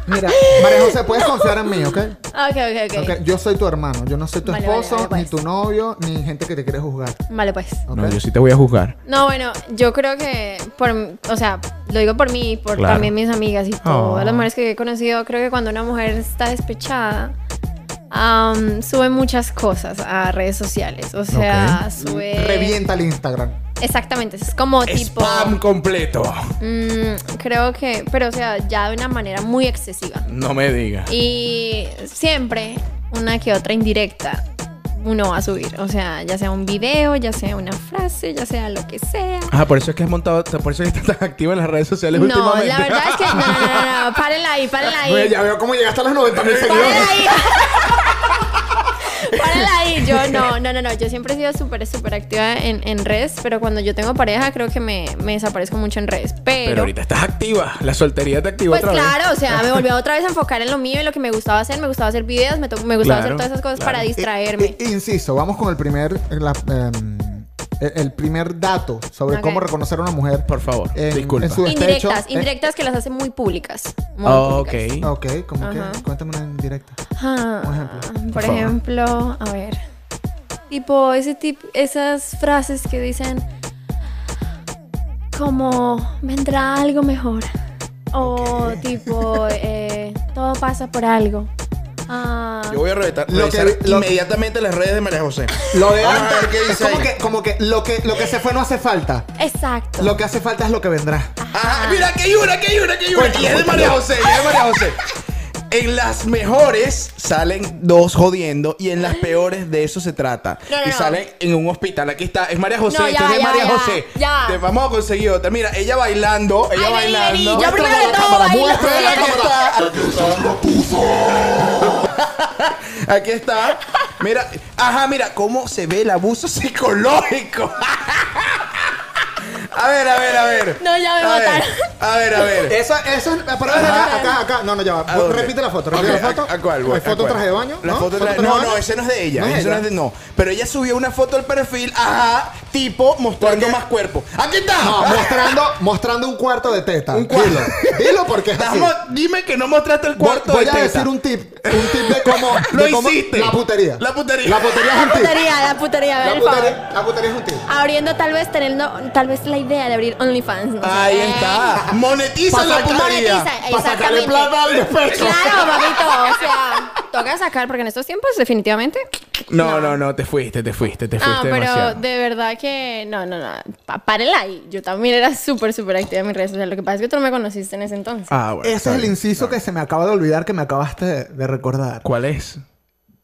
[SPEAKER 3] Mira,
[SPEAKER 2] (laughs)
[SPEAKER 3] María José, puedes confiar en mí, ¿ok?
[SPEAKER 2] Ok, ok, ok.
[SPEAKER 3] Ok, Yo soy tu hermano, yo no soy tu
[SPEAKER 2] Vale, vale,
[SPEAKER 3] esposo,
[SPEAKER 2] vale,
[SPEAKER 3] ni
[SPEAKER 2] pues.
[SPEAKER 3] tu novio, ni gente que te quiere juzgar.
[SPEAKER 2] Vale, pues.
[SPEAKER 3] ¿ok?
[SPEAKER 5] No, yo sí te voy a juzgar.
[SPEAKER 2] No, bueno, yo creo que, por, o sea, lo digo por mí, y por
[SPEAKER 5] Claro.
[SPEAKER 2] también mis amigas y todas
[SPEAKER 5] Oh.
[SPEAKER 2] las mujeres que he conocido, creo que cuando una mujer está despechada, am, sube muchas cosas a redes sociales. O sea, sube...
[SPEAKER 3] Revienta el Instagram.
[SPEAKER 2] Exactamente, es como tipo...
[SPEAKER 5] Spam completo.
[SPEAKER 2] mm, creo que, pero o sea, ya de una manera muy excesiva.
[SPEAKER 5] No me digas.
[SPEAKER 2] Y siempre una que otra indirecta uno va a subir. O sea, ya sea un video, ya sea una frase, ya sea lo que sea.
[SPEAKER 5] Ah, por eso es que has montado, por eso es que estás tan activa en las redes sociales
[SPEAKER 2] No,
[SPEAKER 5] últimamente.
[SPEAKER 2] la verdad
[SPEAKER 5] (laughs)
[SPEAKER 2] es que no, no, no, no, párenla ahí, párenla ahí.
[SPEAKER 3] Oye, ya veo cómo llegaste a los 90 mil
[SPEAKER 2] Párenla
[SPEAKER 3] seguidores.
[SPEAKER 2] ahí. Párenla ahí. Yo no, no, no, no. Yo siempre he sido súper, súper activa en, en redes, pero cuando yo tengo pareja creo que me, me desaparezco mucho en redes. Pero,
[SPEAKER 5] Pero ahorita estás activa. La soltería te activa
[SPEAKER 2] pues
[SPEAKER 5] otra
[SPEAKER 2] claro,
[SPEAKER 5] vez.
[SPEAKER 2] o sea, me volví otra vez a enfocar en lo mío y lo que me gustaba hacer. Me gustaba hacer videos, me, to- me gustaba hacer
[SPEAKER 5] Claro,
[SPEAKER 2] todas esas cosas
[SPEAKER 5] claro.
[SPEAKER 2] para distraerme.
[SPEAKER 3] I- i- Eh, Inciso, vamos con el primer eh, la- em, el- el primer dato sobre
[SPEAKER 2] Ok.
[SPEAKER 3] cómo reconocer a una mujer.
[SPEAKER 5] Por favor,
[SPEAKER 3] en,
[SPEAKER 5] disculpa.
[SPEAKER 3] en su despecho.
[SPEAKER 2] Indirectas,
[SPEAKER 3] Eh,
[SPEAKER 2] indirectas que las hace muy públicas. Muy
[SPEAKER 5] Oh, ok.
[SPEAKER 2] públicas.
[SPEAKER 3] ok, como
[SPEAKER 2] Ajá.
[SPEAKER 3] que cuéntame una indirecta.
[SPEAKER 2] Ah,
[SPEAKER 3] Un ejemplo.
[SPEAKER 2] por
[SPEAKER 5] favor.
[SPEAKER 2] ejemplo, a ver. Tipo, ese tip, esas frases que dicen como vendrá algo mejor. O tipo, eh, todo pasa por algo. Ah,
[SPEAKER 5] Yo voy a reventar
[SPEAKER 3] Lo que-
[SPEAKER 5] revisar
[SPEAKER 3] lo-
[SPEAKER 5] inmediatamente las redes de María José.
[SPEAKER 3] Lo de
[SPEAKER 5] Vamos a
[SPEAKER 3] antes
[SPEAKER 5] ver qué
[SPEAKER 3] es
[SPEAKER 5] dice
[SPEAKER 3] como
[SPEAKER 5] ahí.
[SPEAKER 3] que, como que lo que lo que se fue no hace falta.
[SPEAKER 2] exacto.
[SPEAKER 3] Lo que hace falta es lo que vendrá.
[SPEAKER 5] Ajá, mira que hay una, que hay una, que hay una. Y es de María José, y es de María José. En las mejores salen dos jodiendo y en las peores de eso se trata.
[SPEAKER 2] No, no,
[SPEAKER 5] y
[SPEAKER 2] no.
[SPEAKER 5] salen en un hospital. Aquí está, es María José,
[SPEAKER 2] No, ya,
[SPEAKER 5] esta es de
[SPEAKER 2] ya,
[SPEAKER 5] María
[SPEAKER 2] ya,
[SPEAKER 5] José.
[SPEAKER 2] ya.
[SPEAKER 5] Te vamos a conseguir otra. Mira, ella bailando, ella
[SPEAKER 2] Ay, vení, vení,
[SPEAKER 5] bailando.
[SPEAKER 2] yo primero de todo bailo,
[SPEAKER 5] muéstrale la
[SPEAKER 2] sí,
[SPEAKER 5] que está. Aquí está. Mira, ajá, mira cómo se ve el abuso psicológico. A ver, a ver, a ver.
[SPEAKER 2] No, ya me
[SPEAKER 5] a ver,
[SPEAKER 2] mataron.
[SPEAKER 5] a ver, a ver.
[SPEAKER 3] Eso, eso es. Pero acá, acá, acá. No, no, ya va.
[SPEAKER 5] ¿A dónde?
[SPEAKER 3] Eh, Repite la foto,
[SPEAKER 5] Ok,
[SPEAKER 3] repite la foto.
[SPEAKER 5] ¿A, a cuál? voy?
[SPEAKER 3] ¿Hay
[SPEAKER 5] ¿A
[SPEAKER 3] foto
[SPEAKER 5] cuál?
[SPEAKER 3] traje de baño?
[SPEAKER 5] La
[SPEAKER 3] ¿no?
[SPEAKER 5] foto traje-
[SPEAKER 3] traje de
[SPEAKER 5] No,
[SPEAKER 3] baño?
[SPEAKER 5] no, esa no es de ella.
[SPEAKER 3] No es
[SPEAKER 5] esa no,
[SPEAKER 3] ella.
[SPEAKER 5] es de- no. Pero ella subió una foto al perfil, ajá, tipo mostrando más cuerpo. ¡Aquí está! (laughs)
[SPEAKER 3] No, mostrando, mostrando un cuarto de teta.
[SPEAKER 5] Un cuarto.
[SPEAKER 3] Dilo, Dilo porque es
[SPEAKER 5] Das
[SPEAKER 3] así.
[SPEAKER 5] mo- Dime que no mostraste el
[SPEAKER 3] Voy-
[SPEAKER 5] cuarto
[SPEAKER 3] voy
[SPEAKER 5] de
[SPEAKER 3] a
[SPEAKER 5] teta.
[SPEAKER 3] decir un tip. Un tip (laughs) de
[SPEAKER 5] (laughs)
[SPEAKER 3] cómo.
[SPEAKER 5] Lo
[SPEAKER 3] de cómo-
[SPEAKER 5] hiciste.
[SPEAKER 3] La putería.
[SPEAKER 5] La putería.
[SPEAKER 3] La putería es un
[SPEAKER 2] La
[SPEAKER 3] tip.
[SPEAKER 2] putería, la putería, a ver,
[SPEAKER 3] La
[SPEAKER 2] el favor.
[SPEAKER 3] putería, la putería es un tip.
[SPEAKER 2] Abriendo tal vez teniendo tal vez la idea de abrir OnlyFans. no sé.
[SPEAKER 5] Ahí está. Monetiza la putería.
[SPEAKER 2] Monetiza, exactamente.
[SPEAKER 3] plata al despecho.
[SPEAKER 2] Claro, papito. O sea, toca sacar, porque en estos tiempos, definitivamente,
[SPEAKER 5] No, no, no, te fuiste, te fuiste, te fuiste
[SPEAKER 2] No, Ah, pero
[SPEAKER 5] demasiado.
[SPEAKER 2] de verdad que no, no, no. Pa- párela ahí. Yo también era súper, súper activa en mis redes sociales. Lo que pasa es que tú no me conociste en ese entonces.
[SPEAKER 5] Ah, bueno.
[SPEAKER 3] Ese
[SPEAKER 5] está
[SPEAKER 3] es el
[SPEAKER 5] bien.
[SPEAKER 3] inciso que se me acaba de olvidar que me acabaste de, de recordar.
[SPEAKER 5] ¿Cuál es?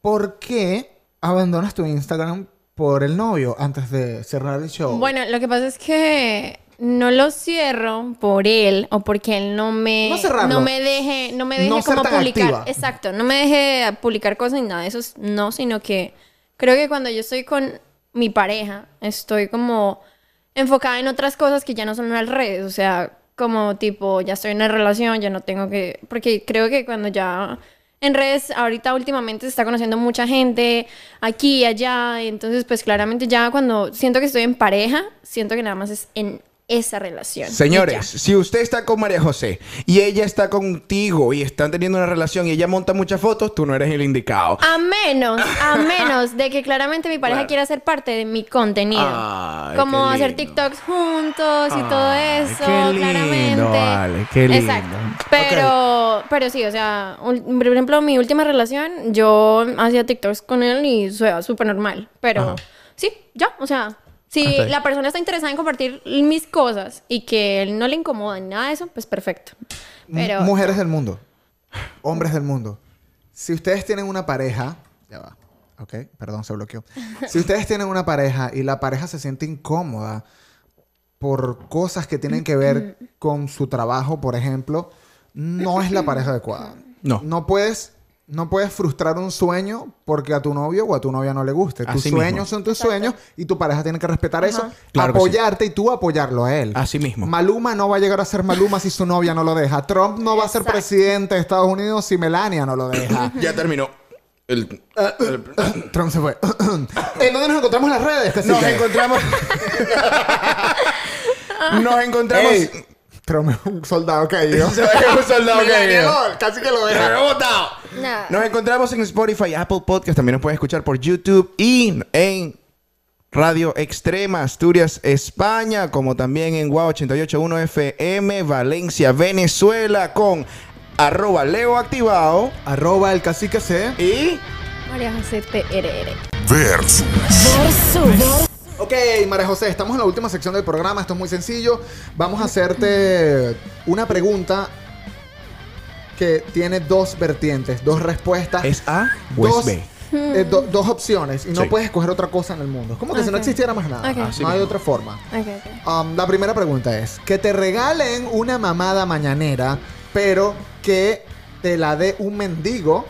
[SPEAKER 3] ¿Por qué abandonas tu Instagram por el novio antes de cerrar el show?
[SPEAKER 2] Bueno, lo que pasa es que no lo cierro por él o porque él no me
[SPEAKER 3] No cerrarlo.
[SPEAKER 2] me deje no me deje
[SPEAKER 3] No ser
[SPEAKER 2] como
[SPEAKER 3] tan
[SPEAKER 2] publicar
[SPEAKER 3] activa.
[SPEAKER 2] exacto no me deje publicar cosas ni nada de eso no sino que creo que cuando yo estoy con mi pareja estoy como enfocada en otras cosas que ya no son las redes o sea como tipo ya estoy en una relación ya no tengo que porque creo que cuando ya en redes ahorita últimamente se está conociendo mucha gente aquí y allá y entonces pues claramente ya cuando siento que estoy en pareja siento que nada más es en esa relación y ya.
[SPEAKER 5] Señores, si usted está con María José y ella está contigo y están teniendo una relación y ella monta muchas fotos, tú no eres el indicado.
[SPEAKER 2] A menos, a menos de que claramente mi pareja
[SPEAKER 5] Claro.
[SPEAKER 2] quiera ser parte de mi contenido.
[SPEAKER 5] Ay,
[SPEAKER 2] Como
[SPEAKER 5] qué
[SPEAKER 2] hacer
[SPEAKER 5] lindo.
[SPEAKER 2] TikToks juntos y todo
[SPEAKER 5] Ay,
[SPEAKER 2] eso,
[SPEAKER 5] qué lindo,
[SPEAKER 2] claramente.
[SPEAKER 5] Ale, qué lindo.
[SPEAKER 2] Exacto. Pero, pero sí, o sea, un- por ejemplo, mi última relación, yo hacía TikToks con él y era súper normal. Pero sí, ya, o sea, si
[SPEAKER 5] Hasta ahí.
[SPEAKER 2] la persona está interesada en compartir mis cosas y que él no le incomoda ni nada de eso, pues perfecto.
[SPEAKER 3] M-
[SPEAKER 2] Pero
[SPEAKER 3] Mujeres del mundo. Hombres del mundo. Si ustedes tienen una pareja. Ya va. Ok, perdón, se
[SPEAKER 5] (laughs)
[SPEAKER 3] bloqueó. Si ustedes tienen una pareja y la pareja se siente incómoda por cosas que tienen que ver
[SPEAKER 5] Mm.
[SPEAKER 3] con su trabajo, por ejemplo, no es la pareja adecuada.
[SPEAKER 5] No.
[SPEAKER 3] No puedes. No puedes frustrar un sueño porque a tu novio o a tu novia no le guste. Tus
[SPEAKER 5] Así mismo.
[SPEAKER 3] sueños son tus sueños y tu pareja tiene que respetar eso,
[SPEAKER 5] Claro que sí.
[SPEAKER 3] apoyarte y tú apoyarlo a él.
[SPEAKER 5] Así mismo.
[SPEAKER 3] Maluma no va a llegar a ser Maluma si su novia no lo deja. Trump no va a ser
[SPEAKER 2] Exacto.
[SPEAKER 3] presidente de Estados Unidos si Melania no lo
[SPEAKER 5] (coughs)
[SPEAKER 3] deja.
[SPEAKER 5] Ah, Ya terminó. El-
[SPEAKER 3] Trump (coughs) se fue. ¿En Eh, dónde nos encontramos en las redes?
[SPEAKER 5] Nos
[SPEAKER 3] cacique?
[SPEAKER 5] encontramos. Nos encontramos.
[SPEAKER 3] Ey, Trump es un soldado
[SPEAKER 5] (laughs)
[SPEAKER 3] caído.
[SPEAKER 5] Un soldado que vivió.
[SPEAKER 3] casi que lo deja.
[SPEAKER 5] ¡Rebotado!
[SPEAKER 2] Nada.
[SPEAKER 5] Nos encontramos en Spotify, Apple Podcast. También nos puedes escuchar por YouTube y en Radio Extrema, Asturias, España, como también en Guau 881 FM, Valencia, Venezuela, con arroba Leo Activado
[SPEAKER 3] Arroba el cacique C.
[SPEAKER 5] y
[SPEAKER 2] María José TRR.
[SPEAKER 1] Versus.
[SPEAKER 3] Ok, María José, estamos en la última sección del programa. Esto es muy sencillo. Vamos a hacerte una pregunta que tiene dos vertientes, dos respuestas.
[SPEAKER 5] es A o es
[SPEAKER 3] dos,
[SPEAKER 5] B.
[SPEAKER 3] eh, do- dos opciones y no
[SPEAKER 5] Pues Sí.
[SPEAKER 3] puedes escoger otra cosa en el mundo. Es como que si no
[SPEAKER 2] Ok.
[SPEAKER 3] existiera más nada.
[SPEAKER 2] Ok. Así
[SPEAKER 3] No hay
[SPEAKER 5] mismo.
[SPEAKER 3] otra forma.
[SPEAKER 2] Ok, ok.
[SPEAKER 3] Um, la primera pregunta es, que te regalen una mamada mañanera, pero que te la dé un
[SPEAKER 5] (laughs)
[SPEAKER 3] mendigo.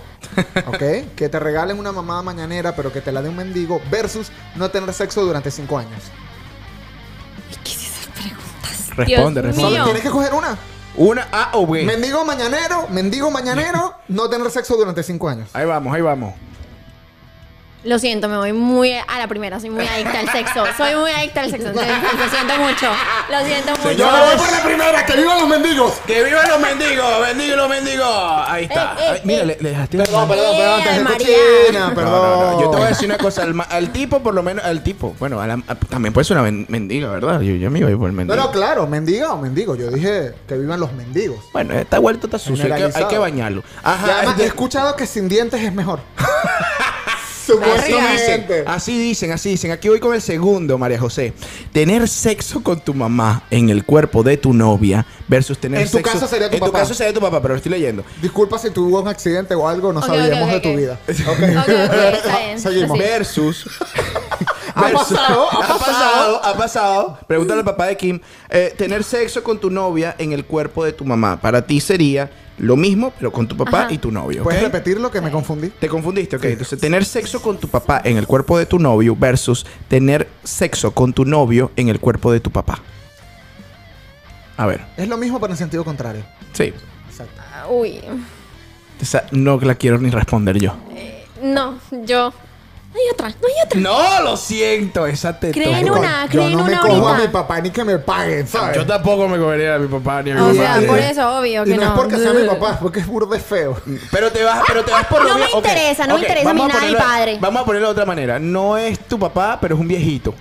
[SPEAKER 3] ¿Ok? que te regalen una mamada mañanera, pero que te la dé un mendigo versus no tener sexo durante cinco años.
[SPEAKER 5] Responde,
[SPEAKER 2] Dios
[SPEAKER 5] responde.
[SPEAKER 2] mío.
[SPEAKER 3] Tienes que escoger una.
[SPEAKER 5] Una A o B.
[SPEAKER 3] Mendigo mañanero, mendigo mañanero,
[SPEAKER 5] Eh.
[SPEAKER 3] no tener sexo durante cinco años.
[SPEAKER 5] Ahí vamos, ahí vamos.
[SPEAKER 2] Lo siento, me voy muy a la primera. Soy muy adicta al sexo. Soy muy adicta al sexo. entonces, lo siento mucho. Lo siento mucho.
[SPEAKER 5] Señor, me voy por
[SPEAKER 6] la primera! ¡Que vivan los mendigos!
[SPEAKER 5] ¡Que vivan los mendigos! ¡Bendigo los mendigos! Ahí está.
[SPEAKER 2] Eh, eh,
[SPEAKER 5] Ay, mira,
[SPEAKER 2] eh.
[SPEAKER 5] le, le dejaste
[SPEAKER 3] Perdón, perdón, perdón, te
[SPEAKER 2] Eh,
[SPEAKER 3] dejé
[SPEAKER 2] María.
[SPEAKER 3] cochina,
[SPEAKER 5] No,
[SPEAKER 3] perdón.
[SPEAKER 5] no, no. Yo te voy a decir una cosa. Al, ma- al tipo, por lo menos, al tipo. Bueno, a la- a- también puede ser una men- mendiga, ¿verdad? Yo, yo me iba a ir por el
[SPEAKER 3] No,
[SPEAKER 5] mendigo.
[SPEAKER 3] no, claro, mendiga o mendigo. Yo dije que vivan los mendigos.
[SPEAKER 5] bueno, está vuelto, está sucio. Hay que, hay
[SPEAKER 3] Generalizado.
[SPEAKER 5] que bañarlo.
[SPEAKER 3] Y
[SPEAKER 5] Ajá.
[SPEAKER 3] además, he
[SPEAKER 5] este-
[SPEAKER 3] escuchado que sin dientes es
[SPEAKER 5] (laughs)
[SPEAKER 3] mejor.
[SPEAKER 5] Así dicen,
[SPEAKER 3] Supuestamente.
[SPEAKER 5] así dicen, así dicen. Aquí voy con el segundo, María José. Tener sexo con tu mamá en el cuerpo de tu novia versus tener
[SPEAKER 3] En tu
[SPEAKER 5] sexo-
[SPEAKER 3] caso sería tu
[SPEAKER 5] en tu
[SPEAKER 3] papá.
[SPEAKER 5] caso sería tu papá, pero lo estoy leyendo.
[SPEAKER 3] Disculpa si tuvo un accidente o algo, no
[SPEAKER 2] Ok,
[SPEAKER 3] sabíamos
[SPEAKER 2] ok,
[SPEAKER 3] de
[SPEAKER 2] ok.
[SPEAKER 3] tu vida.
[SPEAKER 2] Ok, ok, está bien.
[SPEAKER 3] Seguimos.
[SPEAKER 2] Sí.
[SPEAKER 5] (laughs) Versus.
[SPEAKER 3] Ha pasado, ha
[SPEAKER 5] ha pasado, ha pasado. Pregúntale al papá de Kim. eh, tener sexo con tu novia en el cuerpo de tu mamá. Para ti sería lo mismo, pero con tu papá
[SPEAKER 2] Ajá.
[SPEAKER 5] y tu novio. ¿ok?
[SPEAKER 3] ¿Puedes repetir lo que me confundí?
[SPEAKER 5] Te confundiste, ok. Entonces, tener sexo con tu papá en el cuerpo de tu novio versus tener sexo con tu novio en el cuerpo de tu papá. A ver,
[SPEAKER 3] Es lo mismo, pero en sentido contrario.
[SPEAKER 5] sí.
[SPEAKER 3] Exacto.
[SPEAKER 2] Ah, Uy.
[SPEAKER 5] Esa no la quiero ni responder yo.
[SPEAKER 2] No, yo. No hay otra, no hay otra.
[SPEAKER 5] No, lo siento, esa te
[SPEAKER 2] Creen
[SPEAKER 5] tocó.
[SPEAKER 2] una,
[SPEAKER 3] yo
[SPEAKER 2] creen
[SPEAKER 3] no me
[SPEAKER 2] una
[SPEAKER 3] cojo a
[SPEAKER 2] ahorita.
[SPEAKER 3] mi papá ni que me paguen, ¿sabes?
[SPEAKER 5] Yo tampoco me comería a mi papá ni a mi
[SPEAKER 2] O
[SPEAKER 5] mamá.
[SPEAKER 2] sea,
[SPEAKER 3] Y-
[SPEAKER 2] por eso, obvio
[SPEAKER 3] Y
[SPEAKER 2] que
[SPEAKER 3] no, es
[SPEAKER 2] no.
[SPEAKER 3] porque sea mi papá,
[SPEAKER 2] (laughs)
[SPEAKER 3] es porque es burde feo.
[SPEAKER 5] Pero te vas, pero te vas por lo
[SPEAKER 2] No me
[SPEAKER 5] bien- ok,
[SPEAKER 2] interesa, no me
[SPEAKER 5] ok,
[SPEAKER 2] interesa a mí
[SPEAKER 5] vamos
[SPEAKER 2] nada de
[SPEAKER 5] ponerlo-
[SPEAKER 2] padre.
[SPEAKER 5] Vamos a ponerlo de otra manera. No es tu papá, pero es un viejito.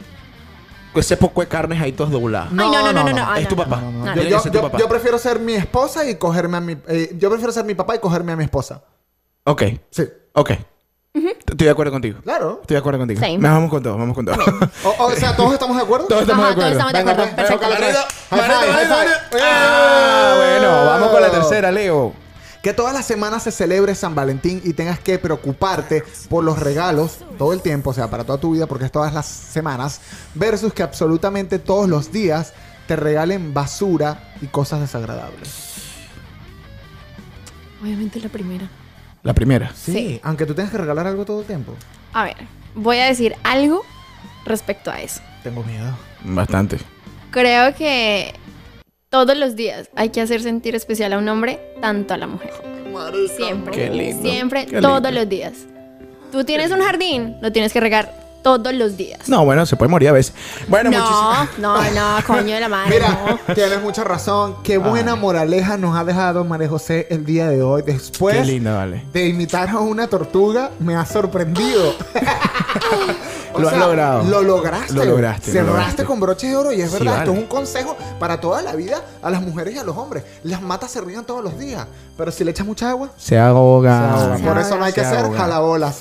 [SPEAKER 5] Ese poco de carnes ahí todos dobladas.
[SPEAKER 2] Ay, no, no, no, no, no, no.
[SPEAKER 5] es
[SPEAKER 2] Ay,
[SPEAKER 5] tu
[SPEAKER 2] no,
[SPEAKER 5] papá.
[SPEAKER 2] no, no, no.
[SPEAKER 3] Yo,
[SPEAKER 5] Tiene que
[SPEAKER 3] yo-
[SPEAKER 5] ser tu
[SPEAKER 3] yo-
[SPEAKER 5] papá.
[SPEAKER 3] yo prefiero ser mi esposa y cogerme a mi. eh, yo prefiero ser mi papá y cogerme a mi esposa.
[SPEAKER 5] Ok.
[SPEAKER 3] Sí.
[SPEAKER 5] Ok. T- Estoy de acuerdo contigo.
[SPEAKER 3] Claro.
[SPEAKER 5] Estoy de acuerdo contigo.
[SPEAKER 2] Same.
[SPEAKER 5] Nos vamos con todo, vamos con todo. (laughs)
[SPEAKER 3] O, o sea, ¿todos estamos de acuerdo?
[SPEAKER 5] Todos estamos
[SPEAKER 2] Ajá,
[SPEAKER 5] de
[SPEAKER 2] todos
[SPEAKER 5] acuerdo.
[SPEAKER 2] estamos de acuerdo.
[SPEAKER 3] Venga,
[SPEAKER 2] Perfecto.
[SPEAKER 3] pues,
[SPEAKER 5] Manito,
[SPEAKER 3] high five,
[SPEAKER 5] manito,
[SPEAKER 3] high
[SPEAKER 5] manito,
[SPEAKER 3] five.
[SPEAKER 5] Ah, bueno, vamos con la tercera, Leo.
[SPEAKER 3] Que todas las semanas se celebre San Valentín y tengas que preocuparte por los regalos todo el tiempo, o sea, para toda tu vida, porque es todas las semanas, versus que absolutamente todos los días te regalen basura y cosas desagradables.
[SPEAKER 2] Obviamente la primera.
[SPEAKER 5] La primera.
[SPEAKER 2] Sí.
[SPEAKER 3] Aunque tú tengas que regalar algo todo el tiempo.
[SPEAKER 2] A ver, voy a decir algo respecto a eso.
[SPEAKER 3] Tengo miedo.
[SPEAKER 5] Bastante.
[SPEAKER 2] Creo que todos los días hay que hacer sentir especial a un hombre, tanto a la mujer. Siempre.
[SPEAKER 5] Qué lindo,
[SPEAKER 2] Siempre,
[SPEAKER 5] qué
[SPEAKER 2] todos
[SPEAKER 5] lindo.
[SPEAKER 2] los días. Tú tienes un jardín, lo tienes que regar todos los días.
[SPEAKER 5] No, bueno, se puede morir a veces. Bueno, muchísimas.
[SPEAKER 2] No, no, no, coño de la madre.
[SPEAKER 3] Mira,
[SPEAKER 2] no.
[SPEAKER 3] tienes mucha razón. Qué buena moraleja nos ha dejado María José el día de hoy. Después
[SPEAKER 5] Qué lindo, vale.
[SPEAKER 3] de imitar a una tortuga, me ha
[SPEAKER 5] (laughs)
[SPEAKER 3] sorprendido. (laughs) O
[SPEAKER 5] Lo has logrado.
[SPEAKER 3] Lo lograste.
[SPEAKER 5] Lo lograste, lo
[SPEAKER 3] Cerraste
[SPEAKER 5] lograste.
[SPEAKER 3] con broches de oro y es
[SPEAKER 5] Sí,
[SPEAKER 3] verdad. Esto
[SPEAKER 5] vale.
[SPEAKER 3] es un consejo para toda la vida a las mujeres y a los hombres. Las matas se ríen todos los días, pero si le echas mucha agua.
[SPEAKER 5] Se ahoga.
[SPEAKER 3] ahogan. Por eso no hay que
[SPEAKER 5] Ah, Se
[SPEAKER 3] hacer
[SPEAKER 5] ahoga. (laughs)
[SPEAKER 3] jalabolas.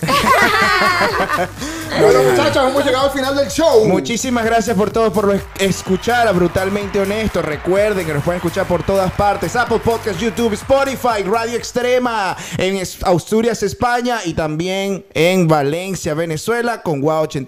[SPEAKER 3] bueno, muchachos, hemos llegado al final del show.
[SPEAKER 5] Muchísimas gracias por todo, por lo es- escuchar a Brutalmente Honesto. Recuerden que nos pueden escuchar por todas partes. Apple Podcast, YouTube, Spotify, Radio Extrema, en Es- Asturias, España y también en Valencia, Venezuela con WA881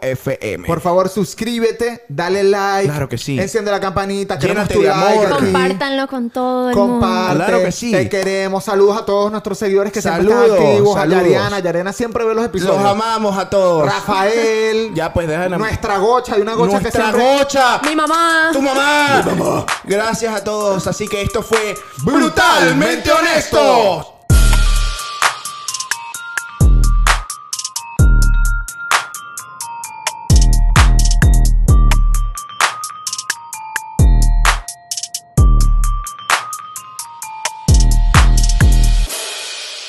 [SPEAKER 5] FM.
[SPEAKER 3] Por favor, suscríbete, dale like.
[SPEAKER 5] Claro que sí.
[SPEAKER 3] Enciende la campanita, queremos
[SPEAKER 5] Llénate
[SPEAKER 3] tu
[SPEAKER 5] de
[SPEAKER 3] like
[SPEAKER 5] amor.
[SPEAKER 3] aquí.
[SPEAKER 2] Compártanlo con todo el mundo.
[SPEAKER 3] Comparte,
[SPEAKER 5] Claro que sí.
[SPEAKER 3] te queremos. Saludos a todos nuestros seguidores que
[SPEAKER 5] Saludos,
[SPEAKER 3] siempre están activos.
[SPEAKER 5] saludos.
[SPEAKER 3] A Yariana, Yariana siempre ve los episodios.
[SPEAKER 5] Los amamos a todos.
[SPEAKER 3] Rafael. (laughs)
[SPEAKER 5] Ya, pues, deja de nam-
[SPEAKER 3] Nuestra gocha, hay una gocha que
[SPEAKER 5] Nuestra
[SPEAKER 3] siempre.
[SPEAKER 5] gocha.
[SPEAKER 2] Mi mamá.
[SPEAKER 5] Tu mamá. Gracias a todos. Así que esto fue Brutalmente Honesto.